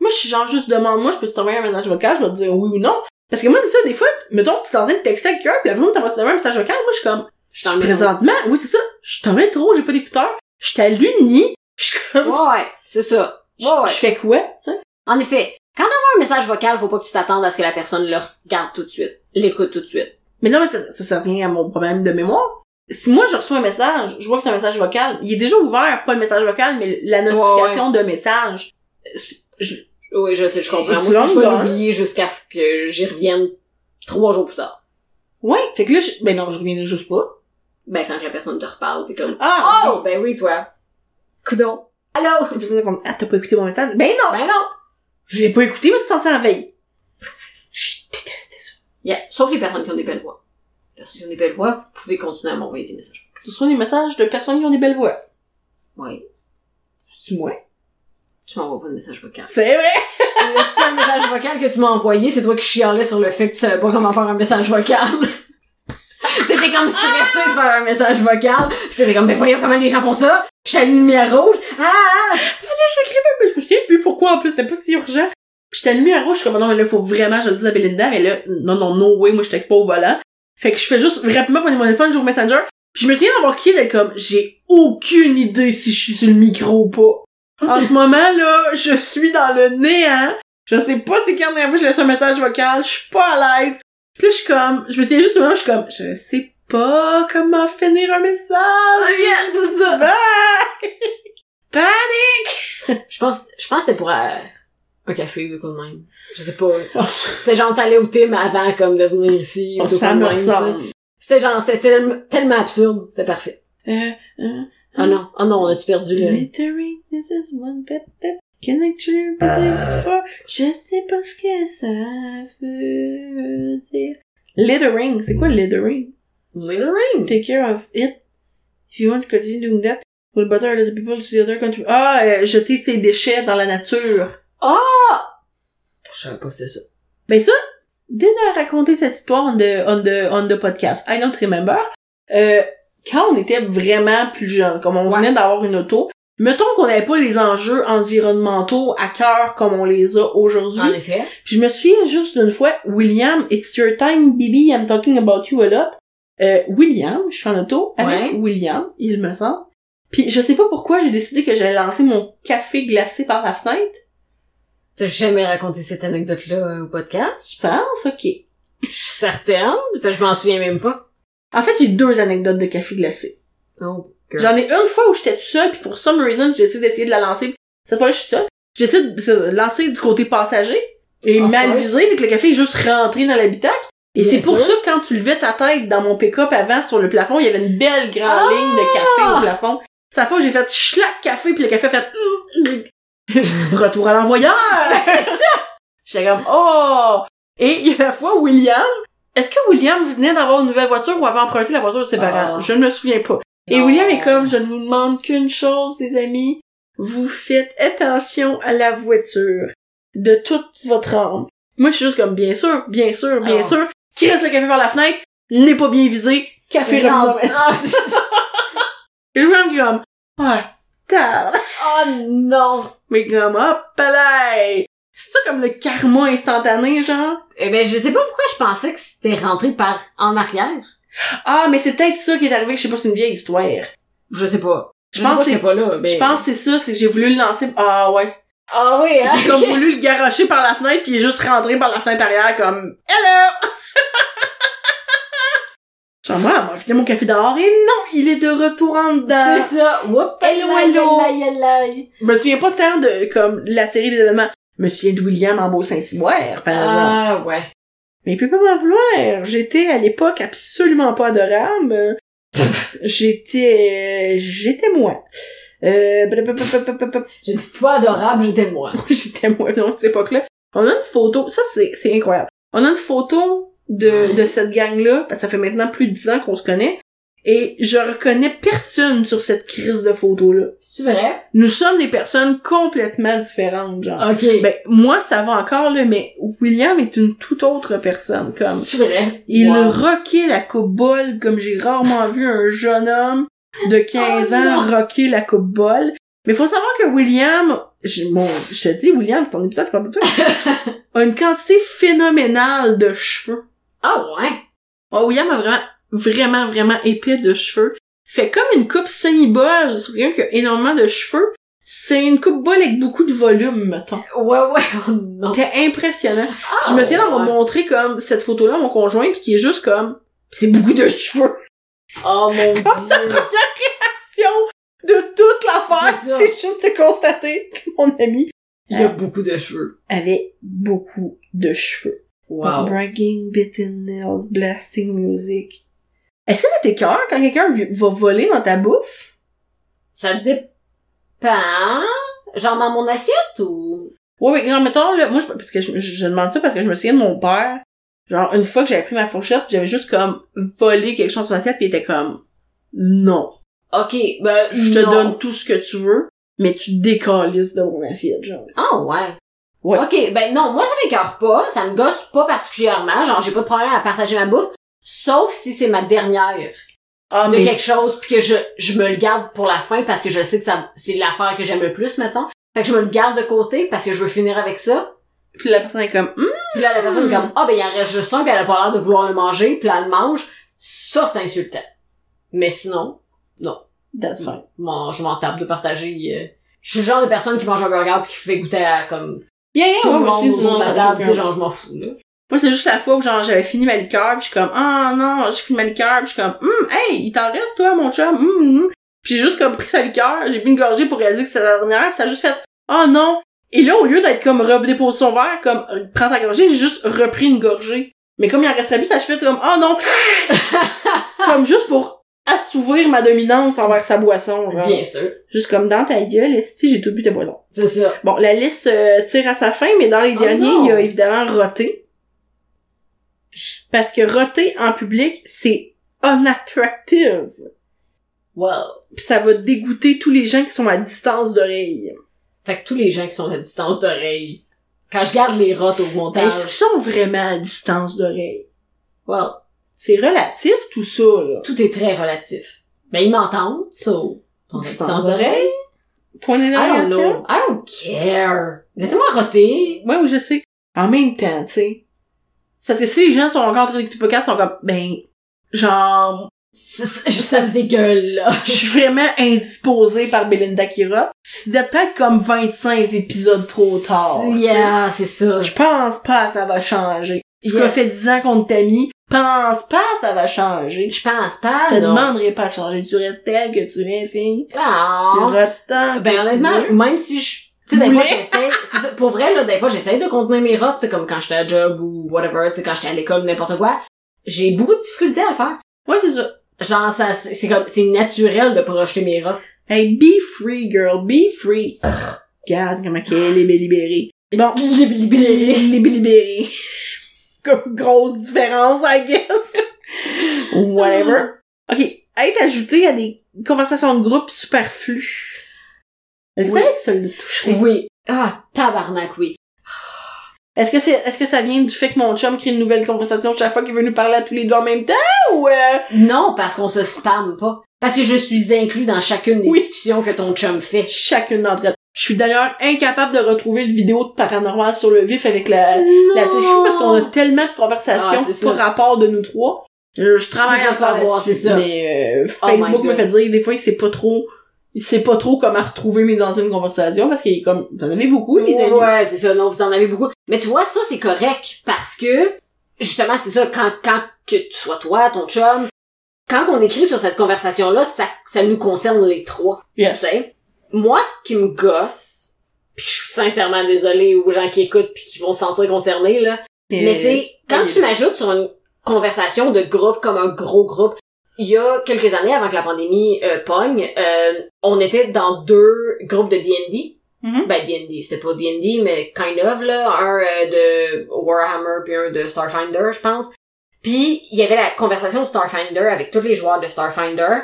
B: Moi, je suis genre juste demande. Moi, je peux t'envoyer un message vocal, je vais te dire oui ou non. Parce que moi, c'est ça, des fois, mettons, tu t'es en train de texter avec quelqu'un, puis la personne t'envoie seulement un message vocal, moi, je suis comme,
A: Je
B: je
A: t'en
B: suis
A: mets
B: présentement, oui, c'est ça, je t'en mets trop, j'ai pas d'écouteurs, je suis à l'uni, je suis
A: un.
B: comme,
A: Ouais, ouais, c'est ça.
B: je
A: Ouais, ouais.
B: je fais quoi, tu sais?
A: En effet, quand t'envoies un message vocal, faut pas que tu t'attendes à ce que la personne le regarde tout de suite, l'écoute tout de suite.
B: Mais non, mais ça, ça, ça revient à mon problème de mémoire. Si moi, je reçois un message, je vois que c'est un message vocal, il est déjà ouvert, pas le message vocal, mais la notification de message.
A: Oui, je sais, je comprends. Moi
B: Et tu
A: aussi, je vais
B: l'envoies, hein?
A: l'oublier jusqu'à ce que j'y revienne trois jours plus tard.
B: Ouais, fait que là, je... ben non, je reviendrai juste pas.
A: Ben, quand la personne te reparle, t'es comme,
B: Ah!
A: oh, ben oui, toi. Coudon. Allô?
B: oui. La personne est comme, ah, t'as pas écouté mon message? Ben non!
A: Ben non.
B: Je l'ai pas écouté, mais c'est sorti en veille. Je détestais ça.
A: Yeah. Sauf les personnes qui ont des belles voix. Les personnes qui ont des belles voix, vous pouvez continuer à m'envoyer des messages.
B: Ce sont des messages de personnes qui ont des belles voix.
A: Oui.
B: Tu moins.
A: Tu m'envoies pas de message vocal.
B: C'est vrai!
A: Le seul message vocal que tu m'as envoyé, c'est toi qui chialais sur le fait que tu savais pas comment faire un message vocal. t'étais comme stressée de faire un message vocal. Pis t'étais comme, ben voyons comment les gens font ça. J'ai la lumière rouge. Ah! ah.
B: Mais je me souviens plus pourquoi, en plus, c'était pas si urgent. Puis j'étais allumée à rouge, je suis comme, non, mais là, faut vraiment, je le dis à Belinda, mais là, non, non, no way, moi, je texte pas au volant. Fait que je fais juste rapidement prendre mon téléphone, j'ouvre Messenger. Puis je me souviens d'avoir cliqué d'être comme, j'ai aucune idée si je suis sur le micro ou pas. En ce moment, là, je suis dans le néant. Je sais pas c'est quand la dernière fois que je laisse un message vocal, je suis pas à l'aise. Puis je suis comme, je me souviens juste au moment, où je suis comme, je sais pas comment finir un message. Bye!
A: Je pense, je pense que c'était pour euh, un café ou quoi de même. Je sais pas. C'était genre t'allais au Tim avant comme de venir ici. ou de quoi
B: Oh, Ça
A: de
B: me
A: même,
B: ressemble.
A: tu sais. C'était genre, c'était tellement, tellement absurde. C'était parfait.
B: Euh,
A: Ah non, ah non, on a-tu perdu
B: Mm.
A: le...
B: Littering, Euh, this is one pep pep. Can actually be there for- Je sais pas ce que ça veut dire. Littering, c'est quoi littering?
A: Littering?
B: Take care of it. If you want to continue doing that, we'll better other people to the other country. Ah, euh, jeter ses déchets dans la nature.
A: Ah! Je savais pas que c'était ça.
B: Ben ça, did I raconter cette histoire on the, on the, on the podcast? I don't remember. Euh, quand on était vraiment plus jeune, comme on
A: Ouais.
B: venait d'avoir une auto, mettons qu'on n'avait pas les enjeux environnementaux à cœur comme on les a
A: En
B: aujourd'hui.
A: effet.
B: Puis je me souviens juste d'une fois, William, it's your time, Bibi, I'm talking about you a lot. Euh, William, je suis en auto avec
A: Ouais.
B: William, il me semble. Puis je sais pas pourquoi j'ai décidé que j'allais lancer mon café glacé par la fenêtre.
A: T'as jamais raconté cette anecdote-là euh, au podcast?
B: Je pense, ok.
A: Je suis certaine. Fait que je m'en souviens même pas.
B: En fait, j'ai deux anecdotes de café glacé.
A: Oh,
B: J'en ai une fois où j'étais tout seul, puis pour some reason, j'ai décidé d'essayer de la lancer. Cette fois-là, je suis seule. J'ai essayé de se lancer du côté passager, et
A: Of
B: mal
A: course.
B: visé, fait que le café est juste rentré dans l'habitacle. Et
A: Bien
B: c'est pour
A: sûr.
B: ça que quand tu levais ta tête dans mon pick-up avant sur le plafond, il y avait une belle grande
A: Ah!
B: ligne de café au plafond. Cette fois, j'ai fait schlac café, puis le café a fait retour à l'envoyeur! C'est ça! J'étais comme, oh! Et il y a la fois, William, est-ce que William venait d'avoir une nouvelle voiture ou avait emprunté la voiture de ses parents?
A: Ah.
B: Je ne me souviens pas. Et
A: Non.
B: William est comme, je ne vous demande qu'une chose, les amis. Vous faites attention à la voiture. De toute votre âme. Moi, je suis juste comme, bien sûr, bien sûr, bien
A: Ah.
B: sûr. Qui reste le café par la fenêtre n'est pas bien visé. Café
A: Non.
B: revenu dans ma-
A: Ah, c'est ça.
B: Je suis vraiment comme, ah, tard.
A: Oh non!
B: Mais comme, hop, palais. C'est ça comme le karma instantané, genre?
A: Eh ben, je sais pas pourquoi je pensais que c'était rentré par en arrière.
B: Ah, mais c'est peut-être ça qui est arrivé. Je sais pas, c'est une vieille histoire.
A: Ben. Je sais pas.
B: Je pense que
A: c'est
B: c'est,
A: pas là. mais-
B: je pense que c'est ça, c'est que j'ai voulu le lancer. Ah, ouais.
A: Ah oui, hein?
B: J'ai comme voulu le garrocher par la fenêtre, puis il est juste rentré par la fenêtre arrière comme « Hello! » Genre, moi, elle m'a vidé mon café dehors, et non, il est de retour en dedans.
A: C'est ça. Whoop,
B: Hello, hello. Je me souviens pas tant de, comme, la série des événements. Je me souviens de William en beau Saint-Cymoire, par exemple.
A: Ah ouais.
B: Mais il peut pas m'en vouloir. J'étais, à l'époque, absolument pas adorable. j'étais... euh, j'étais moi. Euh... blablabla.
A: J'étais pas adorable, j'étais moi.
B: J'étais moi dans cette époque-là. On a une photo, ça c'est, c'est incroyable. On a une photo de,
A: Ouais.
B: de cette gang-là, parce que ça fait maintenant plus de 10 ans qu'on se connaît, et je reconnais personne sur cette crise de photo-là.
A: C'est vrai?
B: Nous sommes des personnes complètement différentes, genre.
A: Ok.
B: Ben, moi, ça va encore, là, mais William est une toute autre personne, comme.
A: C'est vrai?
B: Il
A: Wow.
B: rockait la coupe bol comme j'ai rarement vu un jeune homme de 15
A: Oh
B: ans
A: non.
B: rocker la coupe bol. Mais faut savoir que William, je, bon, je te dis, William, c'est ton épisode, je parle de toi, a une quantité phénoménale de cheveux.
A: Ah ouais.
B: Oh, William a vraiment, vraiment, vraiment épais de cheveux. Fait comme une coupe semi-bol sur quelqu'un qui a énormément de cheveux, c'est une coupe bol avec beaucoup de volume, mettons.
A: Ouais, ouais, oh non.
B: C'était impressionnant.
A: Ah,
B: Puis je me souviens d'avoir
A: ouais.
B: montré comme cette photo-là à mon conjoint, puis qui est juste comme, c'est beaucoup de cheveux.
A: Oh mon dieu.
B: réaction de toute l'affaire,
A: C'est ça.
B: c'est juste de constater que mon ami
A: Il y a beaucoup de cheveux.
B: avait beaucoup de cheveux.
A: Wow.
B: Bragging, bitten nails, blasting music. Est-ce que ça t'écœure quand quelqu'un vi- va voler dans ta bouffe?
A: Ça dépend. Genre dans mon assiette ou?
B: Ouais, ouais, genre, mettons, là, moi, je, parce que je, je- je demande ça parce que je me souviens de mon père. Genre, une fois que j'avais pris ma fourchette, j'avais juste comme volé quelque chose sur ma assiette pis il était comme, non.
A: Ok, ben.
B: Je te
A: non.
B: donne tout ce que tu veux, mais tu décalisses de mon assiette, genre.
A: Ah ouais.
B: Ouais.
A: Ok, ben non, moi ça m'écœure pas, ça me gosse pas particulièrement, genre j'ai pas de problème à partager ma bouffe, sauf si c'est ma dernière
B: Ah,
A: de quelque chose puis que je je me le garde pour la fin parce que je sais que ça c'est l'affaire que j'aime le plus maintenant. Fait que je me le garde de côté parce que je veux finir avec ça.
B: Puis la personne est comme, Hum,
A: Puis là la personne est comme ah ben il en reste juste un puis elle a pas l'air de vouloir le manger, puis là elle le mange. Ça c'est insultant. Mais sinon,
B: hmm, that's fine.
A: moi je m'en tape de partager. euh, je suis le genre de personne qui mange un burger puis qui fait goûter à comme
B: Yeah, yeah,
A: tout
B: ouais,
A: le
B: moi
A: monde
B: aussi,
A: autour
B: sinon,
A: de la
B: ça
A: table,
B: me
A: tu sais,
B: choque
A: genre je m'en fous là.
B: un peu. Moi, c'est juste la fois où, genre, j'avais fini ma liqueur, pis je suis comme, ah, non, j'ai fini ma liqueur, pis je suis comme, hum, hey, il t'en reste, toi, mon chum, hum, hum. Pis j'ai juste, comme, pris sa liqueur, j'ai bu une gorgée pour réaliser que c'était la dernière, pis ça a juste fait, oh non. Et là, au lieu d'être comme, redéposer son verre, comme, prends ta gorgée, j'ai juste repris une gorgée. Mais comme il en restait plus, ça a fait comme, oh non. comme juste pour assouvir ma dominance envers sa boisson, genre.
A: Bien sûr.
B: Juste comme, dans ta gueule, si j'ai tout bu de boisson.
A: C'est ça.
B: Bon, la liste euh, tire à sa fin, mais dans les
A: Oh
B: derniers,
A: non.
B: il y a évidemment roté. Parce que roté en public, c'est unattractive.
A: Wow.
B: Puis ça va dégoûter tous les gens qui sont à distance d'oreille.
A: Fait que tous les gens qui sont à distance d'oreille, Quand je garde les rottes au
B: Ben, est-ce
A: montage.
B: qu'ils sont vraiment à distance d'oreille?
A: Well,
B: C'est relatif, tout ça, là.
A: tout est très relatif. Ben, ils m'entendent, so... Ton
B: Distance
A: distance d'oreille?
B: Point
A: I don't
B: d'interrogation?
A: know. I don't care. Laissez-moi roter.
B: Ouais, oui, je sais. En même temps, tu sais. C'est parce que si les gens sont encore en train d'écouter le podcast, ils sont comme, ben, genre,
A: C'est- c'est- Je ça me dégueule, là.
B: je suis vraiment indisposée par Belinda Kira. C'était peut-être comme 25 épisodes trop tard. tu sais.
A: Yeah, c'est ça.
B: Je pense pas que ça va changer. Tu qu'on
A: Yes.
B: fait 10 ans qu'on t'amis, pense pas que ça va changer.
A: Je pense pas,
B: Je te
A: non.
B: demanderai pas de changer. Tu restes telle que tu es, fille. Tu
A: Non.
B: retends.
A: Ah. Ben, honnêtement, même si je, tu sais, des
B: Voulais.
A: fois, j'essaie, c'est ça, pour vrai, là, des fois, j'essaie de contenir mes robes, tu sais, comme quand j'étais à job ou whatever, tu sais, quand j'étais à l'école, n'importe quoi. J'ai beaucoup de difficultés à le faire.
B: Ouais, c'est ça.
A: Genre, ça, c'est c'est comme, c'est naturel de projeter mes robes.
B: Hey, be free, girl. Be free. Regarde comment elle est libérée. Bon. libérée. Comme grosse différence, I guess. Whatever. Ok. Être ajouté à des conversations de groupe superflues. Est-ce
A: Oui.
B: que ça le toucherait?
A: Oui. Ah, tabarnak, oui.
B: Est-ce que c'est, est-ce que ça vient du fait que mon chum crée une nouvelle conversation chaque fois qu'il veut nous parler à tous les deux en même temps ou euh,
A: Non, parce qu'on se spamme pas. Parce que je suis inclus dans chacune des
B: Oui.
A: discussions que ton chum fait.
B: chacune d'entre elles? Je suis d'ailleurs incapable de retrouver une vidéo de paranormal sur le vif avec la, la tige fou parce qu'on a tellement de conversations
A: Oh! Ah, c'est
B: par
A: ça.
B: rapport de nous trois. Je, je travaille
A: Tu peux
B: encore
A: savoir,
B: là-dessus,
A: c'est ça.
B: Mais euh,
A: Oh my
B: Facebook me
A: God.
B: fait dire des fois il sait pas trop il sait pas trop comment retrouver mes anciennes conversations parce qu'il est comme vous en avez beaucoup mes amis.
A: Ouais, c'est ça. Non, vous en avez beaucoup. Mais tu vois, ça, c'est correct. Parce que, justement, c'est ça, quand, quand que tu sois toi, ton chum, quand on écrit sur cette conversation-là, ça, ça nous concerne les trois. Tu
B: Yes.
A: sais? Moi, ce qui me gosse, pis je suis sincèrement désolée aux gens qui écoutent pis qui vont se sentir concernés, là. Mais
B: Yes.
A: c'est, quand tu m'ajoutes sur une conversation de groupe comme un gros groupe, il y a quelques années avant que la pandémie euh, pogne, euh, on était dans deux groupes de D&D.
B: Mhm.
A: Ben, D&D, c'était pas D&D, mais kind of, là. Un euh, de Warhammer, puis un de Starfinder, je pense. Puis, il y avait la conversation Starfinder avec tous les joueurs de Starfinder.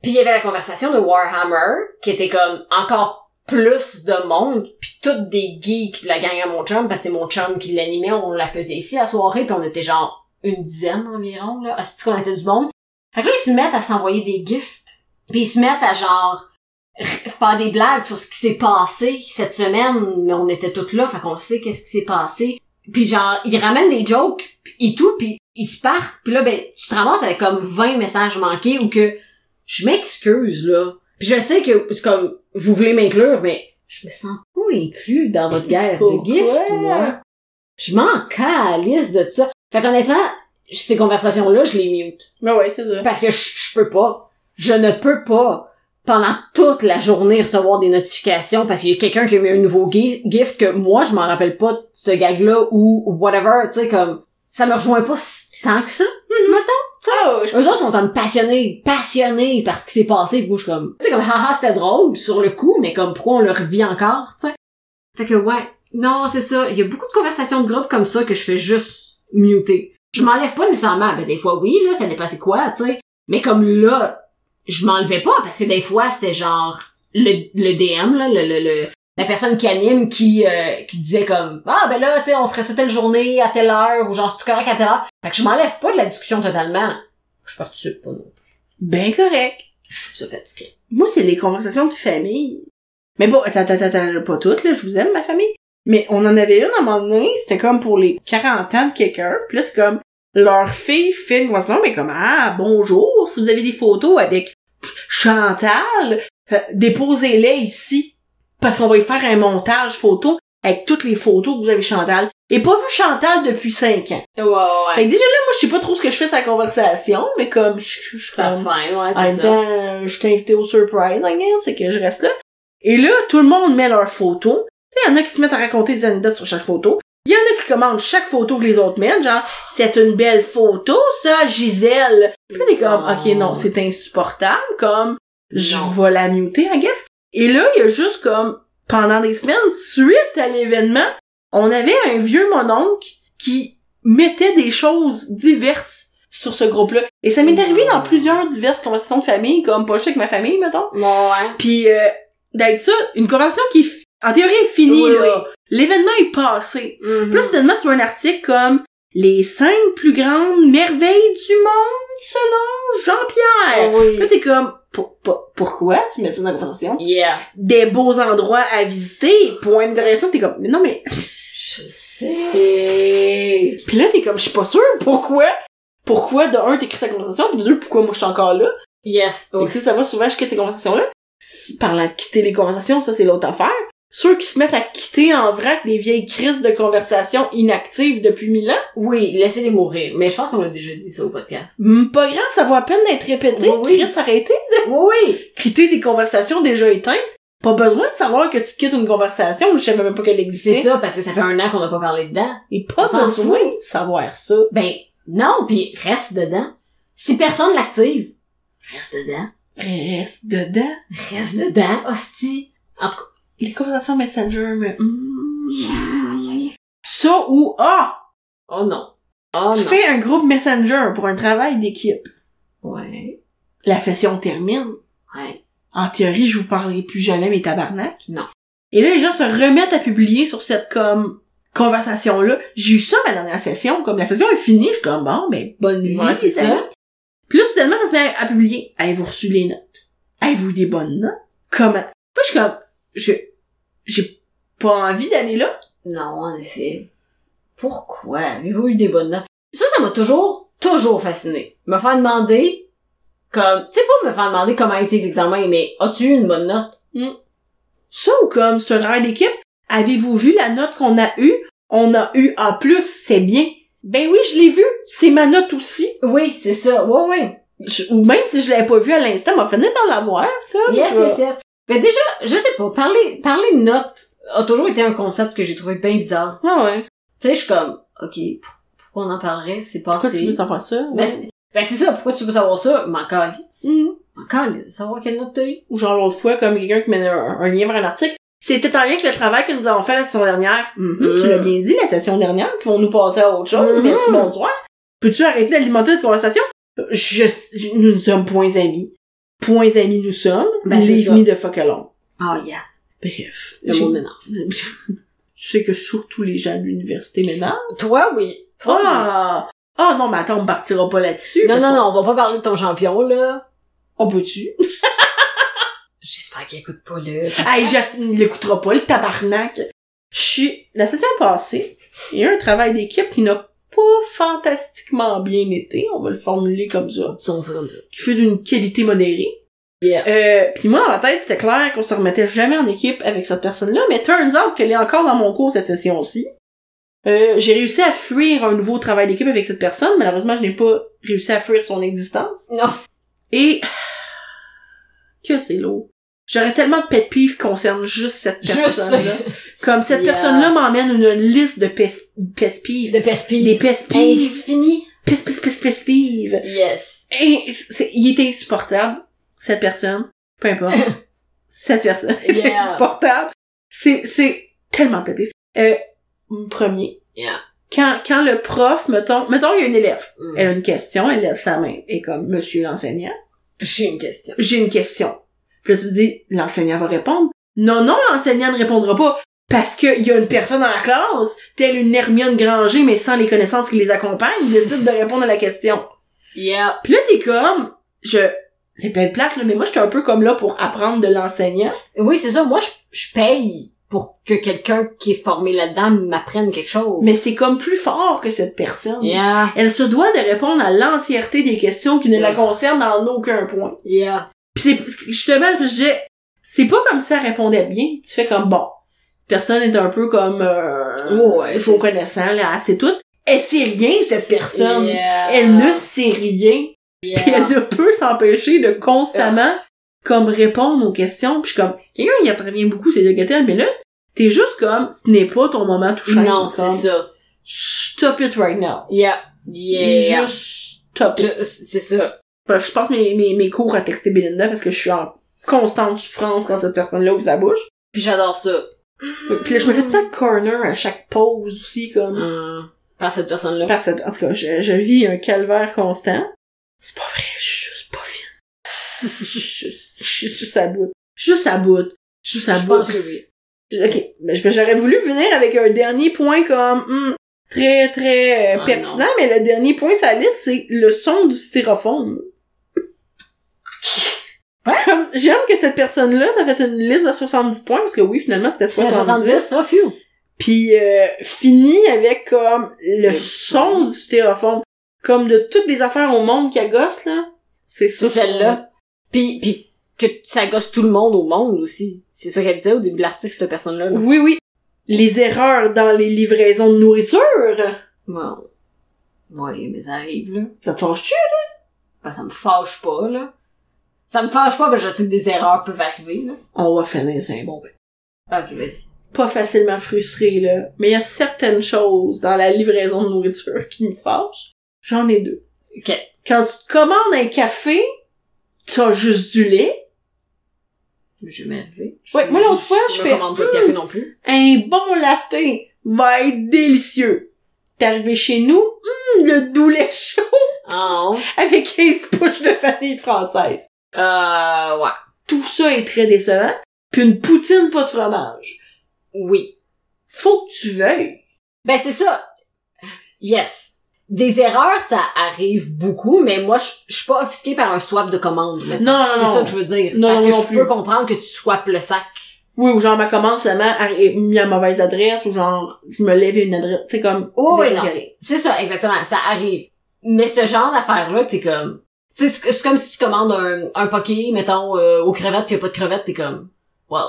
A: Puis, il y avait la conversation de Warhammer, qui était comme encore plus de monde. Puis, toutes des geeks de la gang à mon chum, parce que c'est mon chum qui l'animait. On la faisait ici la soirée, puis on était genre une dizaine environ, là. Ah, C'est qu'on était du monde. Fait que là, ils se mettent à s'envoyer des gifts. Puis, ils se mettent à genre faire des blagues sur ce qui s'est passé cette semaine, mais on était toutes là, fait qu'on sait qu'est-ce qui s'est passé. Puis genre, ils ramènent des jokes et tout, puis ils se partent, puis là, ben, tu te ramasses avec comme 20 messages manqués ou que je m'excuse, là. Puis je sais que, c'est comme, vous voulez m'inclure, mais je me sens pas inclus dans votre guerre de
B: Pourquoi?
A: gift, moi. Je m'en calisse de ça. Fait qu'honnêtement, ces conversations-là, je les mute.
B: Ben ouais, c'est ça.
A: Parce que je, je peux pas. Je ne peux pas pendant toute la journée recevoir des notifications parce qu'il y a quelqu'un qui a mis un nouveau gi- gift que moi je m'en rappelle pas de ce gag-là ou whatever, tu sais, comme ça me rejoint pas si- tant que ça, mettons.
B: Ah, ouais, je-
A: Eux autres sont comme passionnés, passionnés par ce qui s'est passé, puis moi, je suis comme, tu sais, comme haha c'était drôle sur le coup, mais comme pourquoi on le revit encore, tu sais. Fait que ouais, non, c'est ça. Il y a beaucoup de conversations de groupe comme ça que je fais juste muter. Je m'enlève pas nécessairement. Ben, des fois, oui, là, ça dépend c'est quoi, tu sais. Mais comme là, je m'enlevais pas parce que des fois, c'était genre le, le DM, là, le, le, le- la personne qui anime qui, euh, qui disait comme Ah ben là, tu sais, on ferait ça telle journée, à telle heure, ou genre c'est correct à telle heure. Fait que je m'enlève pas de la discussion totalement. Je participe pas non plus.
B: Ben correct.
A: Je trouve ça fatigué.
B: Moi, c'est les conversations de famille. Mais bon, attends, attends, attends, pas toutes, là, je vous aime, ma famille. Mais on en avait une à un moment donné, c'était comme pour les 40 ans de quelqu'un, puis là, c'est comme, leur fille fait une conversation, mais comme, ah, bonjour, si vous avez des photos avec Chantal, euh, déposez-les ici, parce qu'on va y faire un montage photo avec toutes les photos que vous avez Chantal. Et pas vu Chantal depuis 5 ans.
A: Ouais, ouais, ouais.
B: Fait que déjà là, moi, je sais pas trop ce que je fais sa conversation, mais comme, je je- je suis comme...
A: That's fine, ouais,
B: En
A: c'est
B: même
A: ça.
B: temps, euh, je t'ai invité au surprise, I guess, c'est que je reste là. Et là, tout le monde met leurs photos. Là, il y en a qui se mettent à raconter des anecdotes sur chaque photo. Il y en a qui commandent chaque photo que les autres mettent, genre, c'est une belle photo, ça, Gisèle. Puis là, t'es comme, ok, non, c'est insupportable, comme, je
A: Non.
B: vais la muter, I guess. Et là, il y a juste comme, pendant des semaines, suite à l'événement, on avait un vieux mononcle qui mettait des choses diverses sur ce groupe-là. Et ça m'est arrivé dans plusieurs diverses conversations de famille, comme pas juste avec ma famille, mettons.
A: Ouais, ouais.
B: Puis euh, d'être ça, une conversation qui, est fi- en théorie, est finie,
A: Oui,
B: là. L'événement est passé.
A: Mhm.
B: Plus finalement, tu vois un article comme les cinq plus grandes merveilles du monde selon
A: Ah
B: Jean-Pierre.
A: oui.
B: Là, t'es comme, Pour- pour- pourquoi tu mets ça dans la conversation?
A: Yeah.
B: Des beaux endroits à visiter, point de direction, t'es comme, mais non mais,
A: Je sais.
B: pis là, t'es comme, je suis pas sûre, pourquoi? Pourquoi, de un, t'écris sa conversation, pis de deux, pourquoi moi je suis encore là?
A: Yes.
B: Donc,
A: ok.
B: si ça va souvent, je quitte ces conversations-là. Parlant de quitter les conversations, ça, c'est l'autre affaire. Ceux qui se mettent à quitter en vrac des vieilles crises de conversations inactives depuis mille ans,
A: Oui, laissez-les mourir. Mais je pense qu'on l'a déjà dit ça au podcast.
B: hmm, pas grave, ça vaut à peine d'être répété.
A: Oui, oui.
B: Chris, arrêtez.
A: oui.
B: Quitter des conversations déjà éteintes. Pas besoin de savoir que tu quittes une conversation, je savais même pas qu'elle
A: C'est
B: existait.
A: ça, parce que ça fait un an qu'on n'a pas parlé dedans.
B: Et pas
A: On s'en
B: besoin de savoir ça.
A: Ben, non, puis reste dedans. Si personne l'active, reste dedans.
B: Reste dedans.
A: Reste dedans, hostie. En tout cas,
B: Les conversations Messenger, mais... hmm. Ça ou... Ah!
A: oh non. Oh
B: tu
A: non.
B: fais un groupe Messenger pour un travail d'équipe.
A: Ouais.
B: la session termine.
A: Ouais.
B: En théorie, je vous parlerai plus jamais mes tabarnak.
A: Non.
B: Et là, les gens se remettent à publier sur cette comme conversation-là. J'ai eu ça ma dernière session. Comme la session est finie, je suis comme bon, ben bonne nuit.
A: Ouais, c'est
B: les amis.
A: ça.
B: Puis là, soudainement, ça se met à publier. Avez-vous reçu les notes? Avez-vous des bonnes notes? Comment? Moi, je suis comme je j'ai pas envie d'aller là.
A: Non, en effet. Pourquoi avez-vous eu des bonnes notes? Ça, ça m'a toujours, toujours fasciné. Me faire demander, comme, tu sais pas me faire demander comment a été l'examen, mais as-tu eu une bonne note?
B: Ça ou comme c'est un travail d'équipe. Avez-vous vu la note qu'on a eue? On a eu en plus, c'est bien. Ben oui, je l'ai vu. C'est ma note aussi.
A: Oui, c'est ça. Ouais, ouais.
B: Je- ou même si je l'avais pas vu à l'instant, m'a fini par l'avoir. Comme
A: Yes,
B: Ah, je vais-
A: yes, yes. Mais déjà, je sais pas, parler, parler de notes a toujours été un concept que j'ai trouvé bien bizarre.
B: Ah ouais.
A: Tu sais, je suis comme, ok, p- pourquoi on en parlerait? C'est
B: Pourquoi tu
A: passé.
B: veux savoir ça?
A: Ben,
B: Ouais.
A: c'est- Hmm. ben, c'est ça, pourquoi tu veux savoir ça? M'en calisse.
B: Mhm.
A: M'en calisse. Savoir quelle note t'as eu?
B: Ou genre l'autre fois, comme quelqu'un qui met un, un lien vers un article. C'était en lien avec le travail que nous avons fait la session dernière. Mhm, Tu
A: Mm.
B: l'as bien dit, la session dernière. Puis on nous passer à autre chose.
A: Mhm.
B: Merci, bonsoir. Peux-tu arrêter d'alimenter cette conversation? Je, je- nous ne sommes point amis. Point amis nous sommes.
A: Ben, c'est
B: Leave
A: ça.
B: me the fuck alone.
A: Ah, yeah.
B: Bref.
A: Le monde m'énerve.
B: j'ai- tu sais que surtout les gens de l'université maintenant.
A: Toi, oui. Toi, oui.
B: Ah! Ah non, mais attends, on partira pas là-dessus.
A: Non,
B: parce
A: non,
B: qu'on-
A: non, on va pas parler de ton champion, là.
B: On peut-tu?
A: J'espère qu'il écoute pas, là.
B: Hey, je il l'écoutera pas, le tabarnak. Je suis, la session passée, il y a eu un travail d'équipe qui n'a pas fantastiquement bien été, on va le formuler comme ça,
A: Son son, là.
B: qui fut d'une qualité modérée.
A: Yeah.
B: Euh, puis moi, dans ma tête, c'était clair qu'on se remettait jamais en équipe avec cette personne-là, mais turns out qu'elle est encore dans mon cours cette session-ci. Euh, j'ai réussi à fuir un nouveau travail d'équipe avec cette personne, malheureusement, je n'ai pas réussi à fuir son existence.
A: Non.
B: Et que c'est lourd. J'aurais tellement de pet peeves qui concernent juste cette personne-là. Comme cette
A: Yeah.
B: personne-là m'emmène une liste de pet pet peeves.
A: De Pespi.
B: Des pet peeves.
A: Infini.
B: Pet pet pet pet peeves.
A: Yes.
B: Et c'est- il était insupportable. Cette personne. Peu importe. cette personne était
A: Yeah.
B: insupportable. C'est, c'est tellement de pet peeves. Euh, premier.
A: Yeah.
B: Quand, quand le prof, mettons, mettons, il y a une élève.
A: Mm.
B: Elle a une question, elle lève sa main. Et comme, monsieur l'enseignant,
A: J'ai une question.
B: j'ai une question. Puis là, tu te dis, l'enseignant va répondre. Non, non, l'enseignant ne répondra pas. Parce qu'il y a une personne dans la classe, telle une Hermione Granger, mais sans les connaissances qui les accompagnent, décide de répondre à la question.
A: Yeah.
B: Puis là, t'es comme, je, c'est plein de plates, là, mais moi, j'étais un peu comme là pour apprendre de l'enseignant.
A: Oui, c'est ça. Moi, je, je paye pour que quelqu'un qui est formé là-dedans m'apprenne quelque chose.
B: Mais c'est comme plus fort que cette personne.
A: Yeah.
B: Elle se doit de répondre à l'entièreté des questions qui ne la concernent en aucun point.
A: Yeah.
B: Pis c'est justement je disais c'est pas comme ça elle répondait bien. Tu fais comme bon. Personne est un peu comme euh,
A: Ouais.
B: chaud connaissant là, c'est tout. Elle sait rien cette personne.
A: Yeah.
B: Elle ne sait rien.
A: Yeah.
B: Puis elle ne peut s'empêcher de constamment
A: Euh.
B: comme répondre aux questions. Puis je suis comme quelqu'un il intervient beaucoup ces deux quatre mais là t'es juste comme ce n'est pas ton moment touchant.
A: Non, c'est ça.
B: Stop it right now.
A: Yeah. Yeah.
B: Juste stop it.
A: Je- C'est ça.
B: Bref, je passe mes, mes, mes cours à texter Belinda parce que je suis en constante souffrance quand cette personne-là ouvre sa bouche.
A: Puis j'adore ça.
B: Puis là, je me
A: Mm.
B: fais tant corner à chaque pause aussi, comme...
A: Hum, Par cette personne-là.
B: Par cette... En tout cas, je, je vis un calvaire constant. C'est pas vrai, je suis juste pas fine. Je suis juste- je suis juste à bout. Je suis Juste à bout. Je suis juste à
A: Je
B: bout.
A: pense que oui.
B: Ok, mais je- j'aurais voulu venir avec un dernier point comme hmm, très très euh,
A: Ah,
B: pertinent, mais le dernier point sur la liste, c'est le son du styrofoam. Comme- J'aime que cette personne-là, ça fait une liste de 70 points, parce que oui, finalement, c'était
A: C'était
B: 70.
A: 70, ça, phew.
B: Puis euh, fini avec comme le
A: Le
B: son du styrofoam. Comme de toutes les affaires au monde qui gosse, là, c'est ça.
A: C'est celle-là. Puis, puis que ça gosse tout le monde au monde aussi. C'est ça qu'elle disait au début de l'article, cette personne-là. là.
B: Oui, oui. Les erreurs dans les livraisons de nourriture.
A: Well. Ouais, mais ça arrive, là.
B: Ça te fâche-tu?
A: Ben, ça me fâche pas, là. Ça me fâche pas, ben, je sais que des erreurs peuvent arriver,
B: On va finir, c'est bon. ben.
A: là. Ok, vas-y.
B: Pas facilement frustré, là. Mais il y a certaines choses dans la livraison de nourriture qui me fâchent. J'en ai deux.
A: Ok.
B: Quand tu te commandes un café, t'as juste du lait,
A: Mais Je vais m'énerver.
B: Ouais, moi, l'autre fois, je
A: me
B: fais,
A: commande pas de café non plus.
B: un bon latte va être délicieux. T'es arrivé chez nous, hum, le doux lait chaud
A: Ah, non.
B: avec 15 pouches de vanille française.
A: Euh, ouais.
B: Tout ça est très décevant. Puis une poutine pas de fromage.
A: Oui.
B: Faut que tu veuilles.
A: Ben, c'est ça. Yes. Des erreurs, ça arrive beaucoup, mais moi, je je suis pas offusquée par un swap de commande, maintenant.
B: Non,
A: C'est ça que je veux dire.
B: Non,
A: Parce
B: non,
A: que
B: non
A: je
B: plus.
A: peux comprendre que tu swappes le sac.
B: Oui, ou genre ma commande finalement a mis à mauvaise adresse, ou genre je me lève à une adresse, tu sais comme.
A: Oh,
B: des
A: oui, non.
B: chocolats.
A: C'est ça, exactement. Ça arrive. Mais ce genre d'affaire-là, t'es comme... Tu sais, c'est c'est comme si tu commandes un, un poké, mettons, euh, aux crevettes, puis y a pas de crevettes, t'es comme... Well,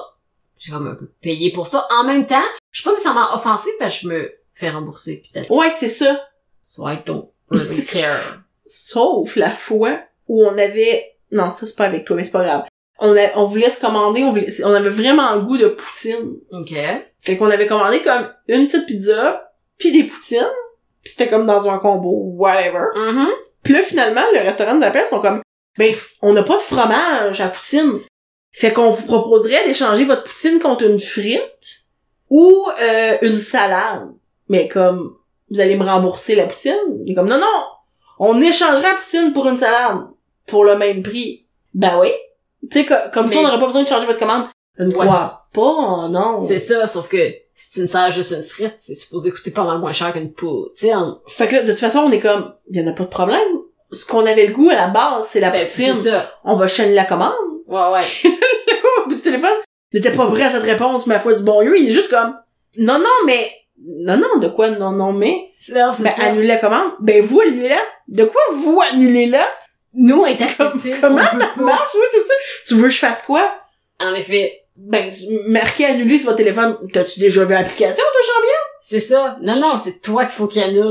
A: j'ai comme un peu payé pour ça. En même temps, je suis pas nécessairement offensive parce que je me fais rembourser, puis t'as...
B: Ouais, c'est ça.
A: Soit ton créateur.
B: Sauf la fois où on avait, non, ça c'est pas avec toi, mais c'est pas grave. On, a- on voulait se commander, on voulait, on avait vraiment le goût de poutine.
A: OK.
B: Fait qu'on avait commandé comme une petite pizza, puis des poutines, puis c'était comme dans un combo, whatever.
A: Mhm.
B: Puis là, finalement, le restaurant nous appelle, ils sont comme, ben, f- on n'a pas de fromage à poutine. Fait qu'on vous proposerait d'échanger votre poutine contre une frite ou euh, une salade. Mais comme, vous allez me rembourser la poutine? Il est comme, non, non, on échangera la poutine pour une salade pour le même prix. Ben oui. Tu sais, co- comme ça,
A: Mais-
B: on n'aurait pas besoin de changer votre commande. Je ne
A: Ouais.
B: crois pas, oh non.
A: C'est ça, sauf que si tu me sers juste une frite, c'est supposé coûter pas mal moins cher qu'une poutine.
B: Fait que là, de toute façon, on est comme, il y en a pas de problème. Ce qu'on avait le goût à la base, c'est la
A: Fait-
B: poutine.
A: C'est ça.
B: On va chaîner la commande.
A: Ouais, ouais.
B: au bout du téléphone n'était pas prêt à cette réponse, ma foi du bon Dieu. Il est juste comme, non, non, mais, non, non, de quoi, non, non, mais,
A: C'est non, c'est
B: ben,
A: ça.
B: annulez la commande. Ben, vous annulez là. De quoi vous annulez là?
A: Nous, est accepté.
B: Comme- comment
A: on veut pas.
B: Marche, oui, c'est ça. Tu veux que je fasse quoi?
A: En effet,
B: Ben, marquez annuler sur votre téléphone. T'as-tu déjà vu l'application de
A: c'est ça. Non, non, c'est toi qu'il faut qu'il annule.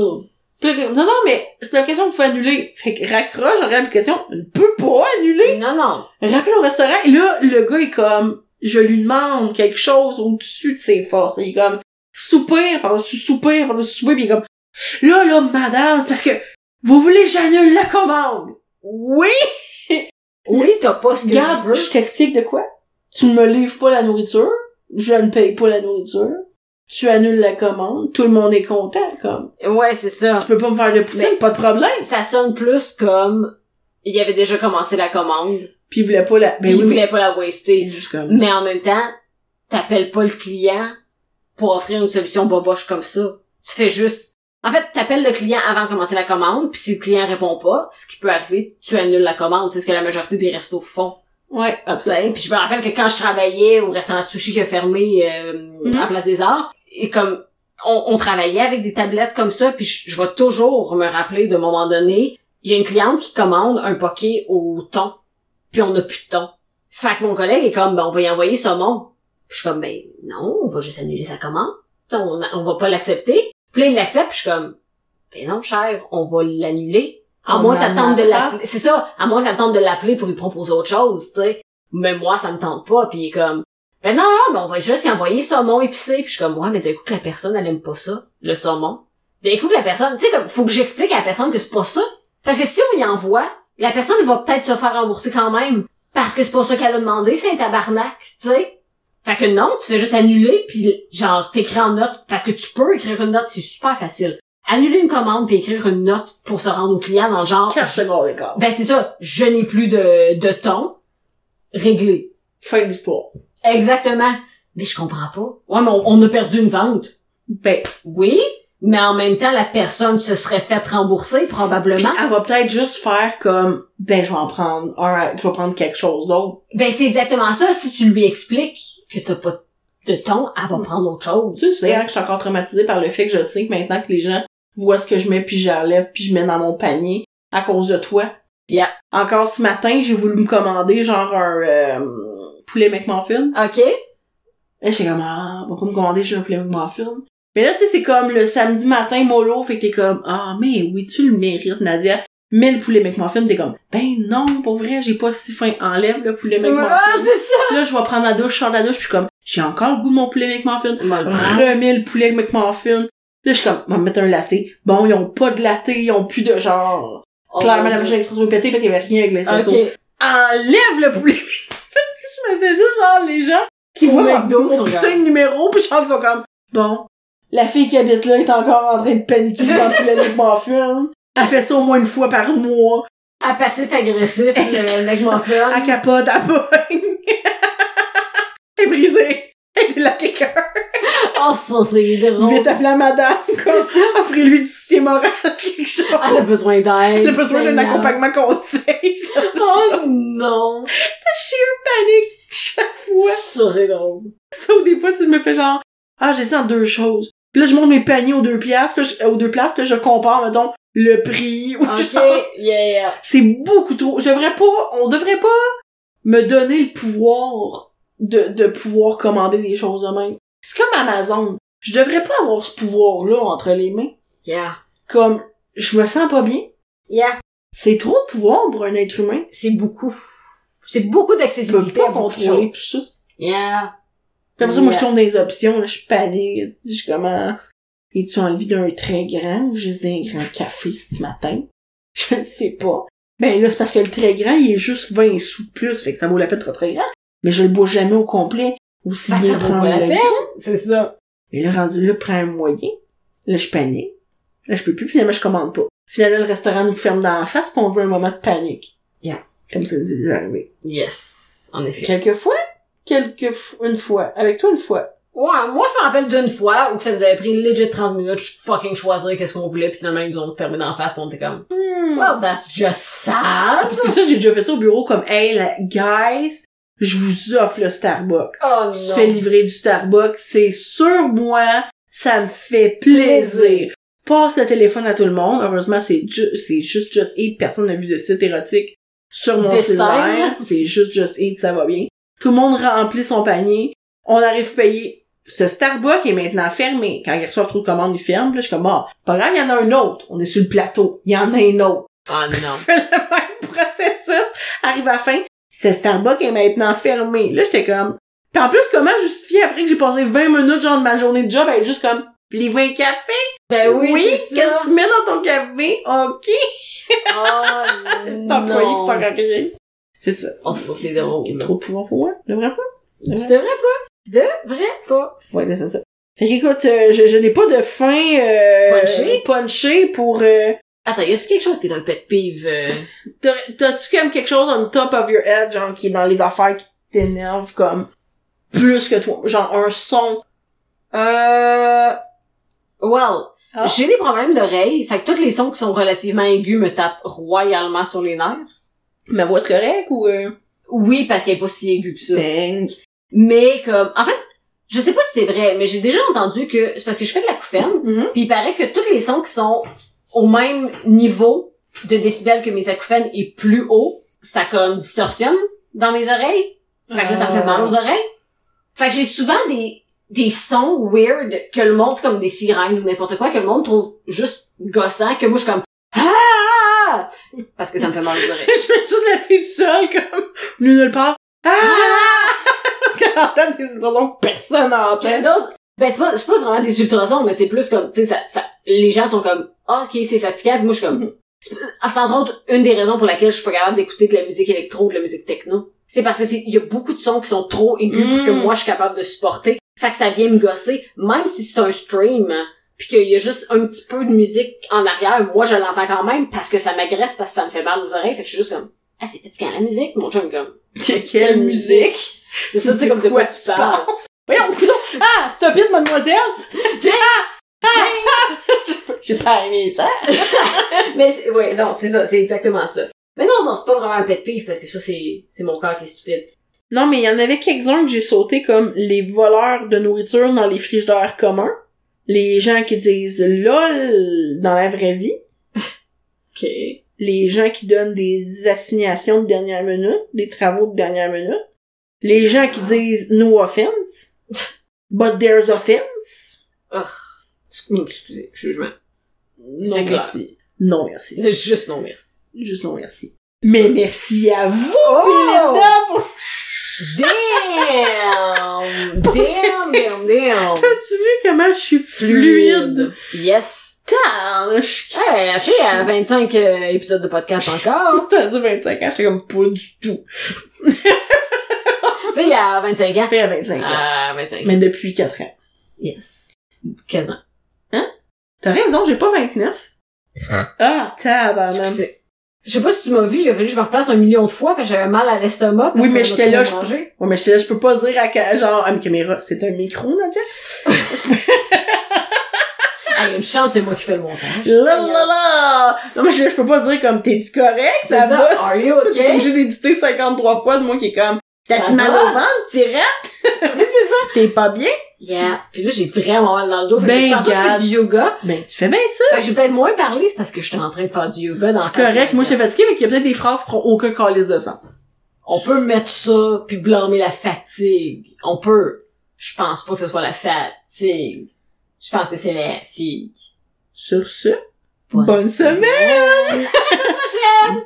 B: champion? Non, non, mais c'est l'application que vous pouvez annuler. Fait que raccroche, regarde l'application. Elle ne peut pas annuler.
A: Non, non.
B: Rappelle au restaurant. Et là, le gars est comme, je lui demande quelque chose au-dessus de ses forces. Il est comme, soupir par-dessus soupir par-dessus soupir, puis il est comme, là, là, madame, c'est parce que vous voulez que j'annule la commande? Oui!
A: Oui, t'as pas ce que je
B: Regarde,
A: veux.
B: je t'explique de quoi? Tu me livres pas la nourriture, je ne paye pas la nourriture, tu annules la commande, tout le monde est content, comme.
A: Ouais, c'est ça.
B: Tu peux pas me faire de poutine,
A: Mais-
B: pas de problème.
A: Ça sonne plus comme il avait déjà commencé la commande,
B: Puis il voulait pas la...
A: puis
B: Ben
A: il
B: oui,
A: voulait
B: mais-
A: pas la waster.
B: Juste comme...
A: Mais en même temps, t'appelles pas le client pour offrir une solution boboche comme ça. Tu fais juste... En fait, t'appelles le client avant de commencer la commande, puis si le client répond pas, ce qui peut arriver, tu annules la commande. C'est ce que la majorité des restos font.
B: Ouais, en tout
A: Tu
B: cas.
A: sais, Puis je me rappelle que quand je travaillais au restaurant de sushi qui a fermé euh,
B: Mhm.
A: à Place des Arts, et comme on, on travaillait avec des tablettes comme ça, puis je, je vais toujours me rappeler d'un moment donné, il y a une cliente qui commande un poké au thon, puis on n'a plus de thon. Fait que mon collègue est comme, ben on va y envoyer saumon. Puis je suis comme, ben non, on va juste annuler sa commande. Tu sais, On, on va pas l'accepter. Puis là, il l'accepte, puis je suis comme, ben non, cher, on va l'annuler. À
B: On
A: moins que ça
B: en
A: tente de
B: a pas.
A: l'appeler. C'est ça, à moins que ça tente de l'appeler pour lui proposer autre chose, tu sais. Mais moi, ça me tente pas, puis il est comme, ben non, non, ben on va juste y envoyer saumon épicé. Puis je suis comme, ouais, mais d'un coup que la personne, elle aime pas ça, le saumon. D'un coup que la personne, tu sais, comme, faut que j'explique à la personne que c'est pas ça. Parce que si on y envoie, la personne elle va peut-être se faire rembourser quand même. Parce que c'est pas ça qu'elle a demandé, c'est un tabarnak, tu sais. Fait que non, tu fais juste annuler, puis genre, t'écris en note. Parce que tu peux écrire une note, c'est super facile. Annuler une commande, puis écrire une note pour se rendre au client dans le genre...
B: 4 secondes encore.
A: Ben c'est ça, je n'ai plus de, de ton. Réglé.
B: Fin de l'histoire.
A: Exactement. Mais je comprends pas. Ouais, mais on, on a perdu une vente.
B: Ben,
A: Oui, mais en même temps, la personne se serait faite rembourser,
B: Puis
A: probablement.
B: elle va peut-être juste faire comme ben je vais en prendre un, je vais prendre quelque chose d'autre.
A: Ben, c'est exactement ça. Si tu lui expliques que t'as pas de ton, elle
B: Mm.
A: va prendre autre chose.
B: Tu sais hein, que je suis encore traumatisée par le fait que je sais que maintenant que les gens voient ce que je mets puis j'enlève puis je mets dans mon panier à cause de toi.
A: Yeah.
B: Encore ce matin, j'ai voulu me commander genre un euh, poulet McMuffin.
A: OK?
B: Et j'étais comme ah, pourquoi me commander juste un poulet McMuffin Mais là tu sais c'est comme le samedi matin mollo, fait que t'es comme ah mais oui, tu le mérites Nadia. Mais le poulet McMuffin, t'es comme ben non, pour vrai, j'ai pas si faim, enlève le poulet McMuffin.
A: Ah, c'est ça!
B: Là, je vais prendre la douche, je sors de la douche, puis je suis comme, j'ai encore le goût de mon poulet McMuffin.
A: Ah,
B: Remets le poulet McMuffin. Là, je suis comme, va me mettre un latte. Bon, ils ont pas de latte, ils ont plus de genre. Clairement, la machine à expresso est pétée parce qu'il y avait rien avec les
A: Oh OK.
B: sauces. Enlève le poulet McMuffin. J'imagine juste, genre, les gens qui
A: Au
B: voient mon,
A: McDo,
B: mon
A: ils sont
B: putain
A: comme-
B: de numéro, puis genre, ils sont comme, bon, la fille qui habite là est encore en train de paniquer
A: Je
B: dans
A: sais
B: le poulet
A: ça.
B: McMuffin. Elle fait ça au moins une fois par mois.
A: À passif-agressif, le mec m'a fait.
B: Elle capote, elle pogne. Elle est brisée. Elle est de la quelqu'un.
A: Oh, ça, c'est drôle.
B: Vite appeler la madame,
A: C'est
B: comme,
A: ça.
B: offrez-lui du soutien moral, quelque chose.
A: Elle a besoin d'aide.
B: Elle a besoin d'un
A: Seigneur.
B: accompagnement conseil.
A: Oh non!
B: Sheer panique chaque fois.
A: Ça, c'est drôle.
B: Sauf des fois, tu me fais genre, ah, j'ai ça en deux choses. Puis là, je monte mes paniers aux deux pièces, puis je- aux deux places, puis je compare, mettons, le prix. Ou
A: OK,
B: genre,
A: yeah.
B: c'est beaucoup trop. Je devrais pas, on devrait pas me donner le pouvoir de, de pouvoir commander des choses de même. C'est comme Amazon. Je devrais pas avoir ce pouvoir-là entre les mains.
A: Yeah.
B: Comme, je me sens pas bien.
A: Yeah.
B: C'est trop de pouvoir pour un être humain.
A: C'est beaucoup. C'est beaucoup
B: Je peux
A: d'accessibilité.
B: pas
A: à beaucoup de
B: contrôler
A: choses.
B: tout ça.
A: Yeah.
B: Comme ça, moi, je
A: Yeah.
B: tombe dans les options, là, je suis panique. Je suis comme, ah, es-tu envie d'un très grand ou juste d'un grand café ce matin? Je ne sais pas. Ben là, c'est parce que le très grand, il est juste 20 sous de plus, fait que ça vaut la peine d'être très grand. Mais je le bois jamais au complet. Aussi
A: Ben,
B: bien
A: ça vaut
B: prendre
A: pas la
B: le
A: peine.
B: grand.
A: C'est ça.
B: Mais là, rendu là, prends un moyen. Là, je panique. Là, je peux plus, finalement, je commande pas. Finalement, le restaurant nous ferme dans la face, puis on veut un moment de panique.
A: Yeah.
B: Comme ça nous est déjà arrivé.
A: Yes. En effet.
B: Quelquefois? Quelquefois. Une fois. Avec toi, une fois.
A: Ouais, moi, je me rappelle d'une fois où que ça nous avait pris legit 30 minutes, je fucking choisir qu'est-ce qu'on voulait, puis finalement, ils nous ont fermé dans la face, pis on était comme, well, that's just sad.
B: Hmm. Parce que ça, j'ai déjà fait ça au bureau comme, hey, la- guys, je vous offre le Starbucks.
A: Oh
B: Je fais
A: non.
B: livrer du Starbucks, c'est sur moi, ça me fait plaisir. Passe le téléphone à tout le monde. Heureusement, c'est ju- c'est juste Just Eat. Personne n'a vu de site érotique sur mon
A: Destin.
B: cellulaire. C'est juste Just Eat, ça va bien. Tout le monde remplit son panier. On arrive payé. Ce Starbucks est maintenant fermé. Quand ils reçoivent trop de commandes, ils ferment. Puis là, je suis comme, ah, pas grave, il y en a un autre. On est sur le plateau. Il y en a un autre.
A: Oh non.
B: fait le même processus, arrive à la fin, ce Starbucks est maintenant fermé. Là, j'étais comme... Puis en plus, comment justifier après que j'ai passé 20 minutes genre de ma journée de job à être juste comme... Les 20 cafés?
A: Ben oui, c'est ça.
B: qu'est-ce que tu mets dans ton café? OK!
A: Oh
B: C'est employé qui
A: non.
B: sent rien. C'est ça.
A: Oh, ça, c'est drôle.
B: Il y a trop de pouvoir pour moi, le vrai
A: Tu devrais pas. Devrais pas.
B: Ouais, c'est ça. Fait qu'écoute, euh, je, je n'ai pas de fin euh,
A: Punchée?
B: punchée pour... euh,
A: Attends, y a-tu quelque chose qui est un pet peeve? euh?
B: T'aurais- T'as-tu comme quelque chose on top of your head, genre, qui est dans les affaires qui t'énerve comme plus que toi? Genre, un son.
A: Euh... Well,
B: Ah.
A: j'ai des problèmes d'oreille, fait que tous les sons qui sont relativement aigus me tapent royalement sur les nerfs.
B: Ma voix, c'est correct ou... Euh...
A: Oui, parce qu'elle est pas si aiguë que ça.
B: Thanks.
A: Mais comme, en fait, je sais pas si c'est vrai, mais j'ai déjà entendu que c'est parce que je fais de la couffaine,
B: Mhm.
A: puis il paraît que tous les sons qui sont au même niveau de décibels que mes acouphènes et plus haut, ça comme distorsionne dans mes oreilles. Fait que là, ça me fait mal aux oreilles. Fait que j'ai souvent des, des sons weird que le monde, comme des sirènes ou n'importe quoi, que le monde trouve juste gossant, que moi je suis comme, ah! Parce que ça me fait mal aux oreilles.
B: Je fais juste la fille du sol, comme... Nulle nulle part. Ah! Quand entend des ultrasons que personne
A: Ben,
B: n'entend.
A: non, c'est- ben c'est pas, c'est pas vraiment des ultrasons, mais c'est plus comme, tu sais, ça, ça, les gens sont comme, Ah, ok, c'est fatigable, moi je suis
B: Mhm.
A: comme, c'est- ah, c'est entre autres une des raisons pour laquelle je suis pas capable d'écouter de la musique électro ou de la musique techno. C'est parce que c'est, il y a beaucoup de sons qui sont trop aigus pour ce que
B: Mm.
A: moi je suis capable de supporter. Fait que ça vient me gosser, même si c'est un stream, puis qu'il y a juste un petit peu de musique en arrière, moi je l'entends quand même parce que ça m'agresse, parce que ça me fait mal aux oreilles, fait que je suis juste comme, ah, c'est fatigant la musique, mon chum, comme,
B: Que- Quelle musique!
A: c'est ça, tu sais,
B: De
A: comme de
B: quoi
A: quoi
B: tu
A: tu parles.
B: Voyons, coudonc! Ah, stupide, mademoiselle!
A: James!
B: J'ai pas aimé ça!
A: Mais c'est- ouais, non, c'est ça, c'est exactement ça. Mais non, non, c'est pas vraiment un pet peeve parce que ça, c'est, c'est mon corps qui est stupide.
B: Non, mais il y en avait quelques-uns que j'ai sauté comme les voleurs de nourriture dans les frigidaires communs. Les gens qui disent lol dans la vraie vie.
A: Ok.
B: Les gens qui donnent des assignations de dernière minute, des travaux de dernière minute. Les gens qui disent no offense, but there's offense.
A: Excuse- Excusez, jugement.
B: Non
A: C'est clair.
B: merci. Non merci.
A: Juste non merci.
B: Juste non merci. Mais merci à vous,
A: Oh!
B: Belinda, pour
A: Damn!
B: Pour
A: Damn, damn, damn!
B: T'as-tu vu comment je suis fluide?
A: Yes!
B: Tâche!
A: Hey, elle fait à 25 euh, épisodes de podcast encore!
B: T'as dit 25 ans, j'étais comme pas du tout.
A: fait à 25 ans!
B: Fait à 25 ans.
A: À 25 ans.
B: Mais depuis 4 ans.
A: Yes. Quasiment.
B: T'as raison, j'ai pas 29. Ah, tabarnak.
A: Excusez. Je sais pas si tu m'as vu, il a fallu que je me replace un million de fois parce que j'avais mal à l'estomac. parce
B: Oui,
A: que
B: mais
A: j'avais
B: j'étais
A: trop
B: là, je-
A: mangé.
B: Ouais, mais je, te- je peux pas dire à quel genre, à mes caméras, c'est un micro, Nadia?
A: Ah, il y a une chance, c'est moi qui fais le montage.
B: La la la! Non, mais je, je peux pas dire comme, t'es-tu correct?
A: C'est
B: Ça
A: ça,
B: va?
A: are you
B: Tu T'es
A: okay?
B: obligé d'éditer 53 fois de moi qui est comme,
A: Ça
B: t'as-tu mal
A: va?
B: au ventre, tirette?
A: Oui, c'est ça.
B: T'es pas bien?
A: Yeah. Puis là, j'ai vraiment mal dans le dos. Fait que tantôt, je fais du yoga.
B: Ben, tu fais bien Ben, ça.
A: Fait que j'ai peut-être moins parlé, c'est parce que j'étais en train de faire du yoga dans la
B: C'est
A: face
B: correct.
A: de-
B: Moi, j'étais fatiguée, mais il y a peut-être des phrases qui feront aucun calice de sens.
A: On peut mettre ça, puis blâmer la fatigue. On peut. Je pense pas que ce soit la fatigue. Je pense que c'est la fille.
B: Sur ce, bonne semaine!
A: prochaine!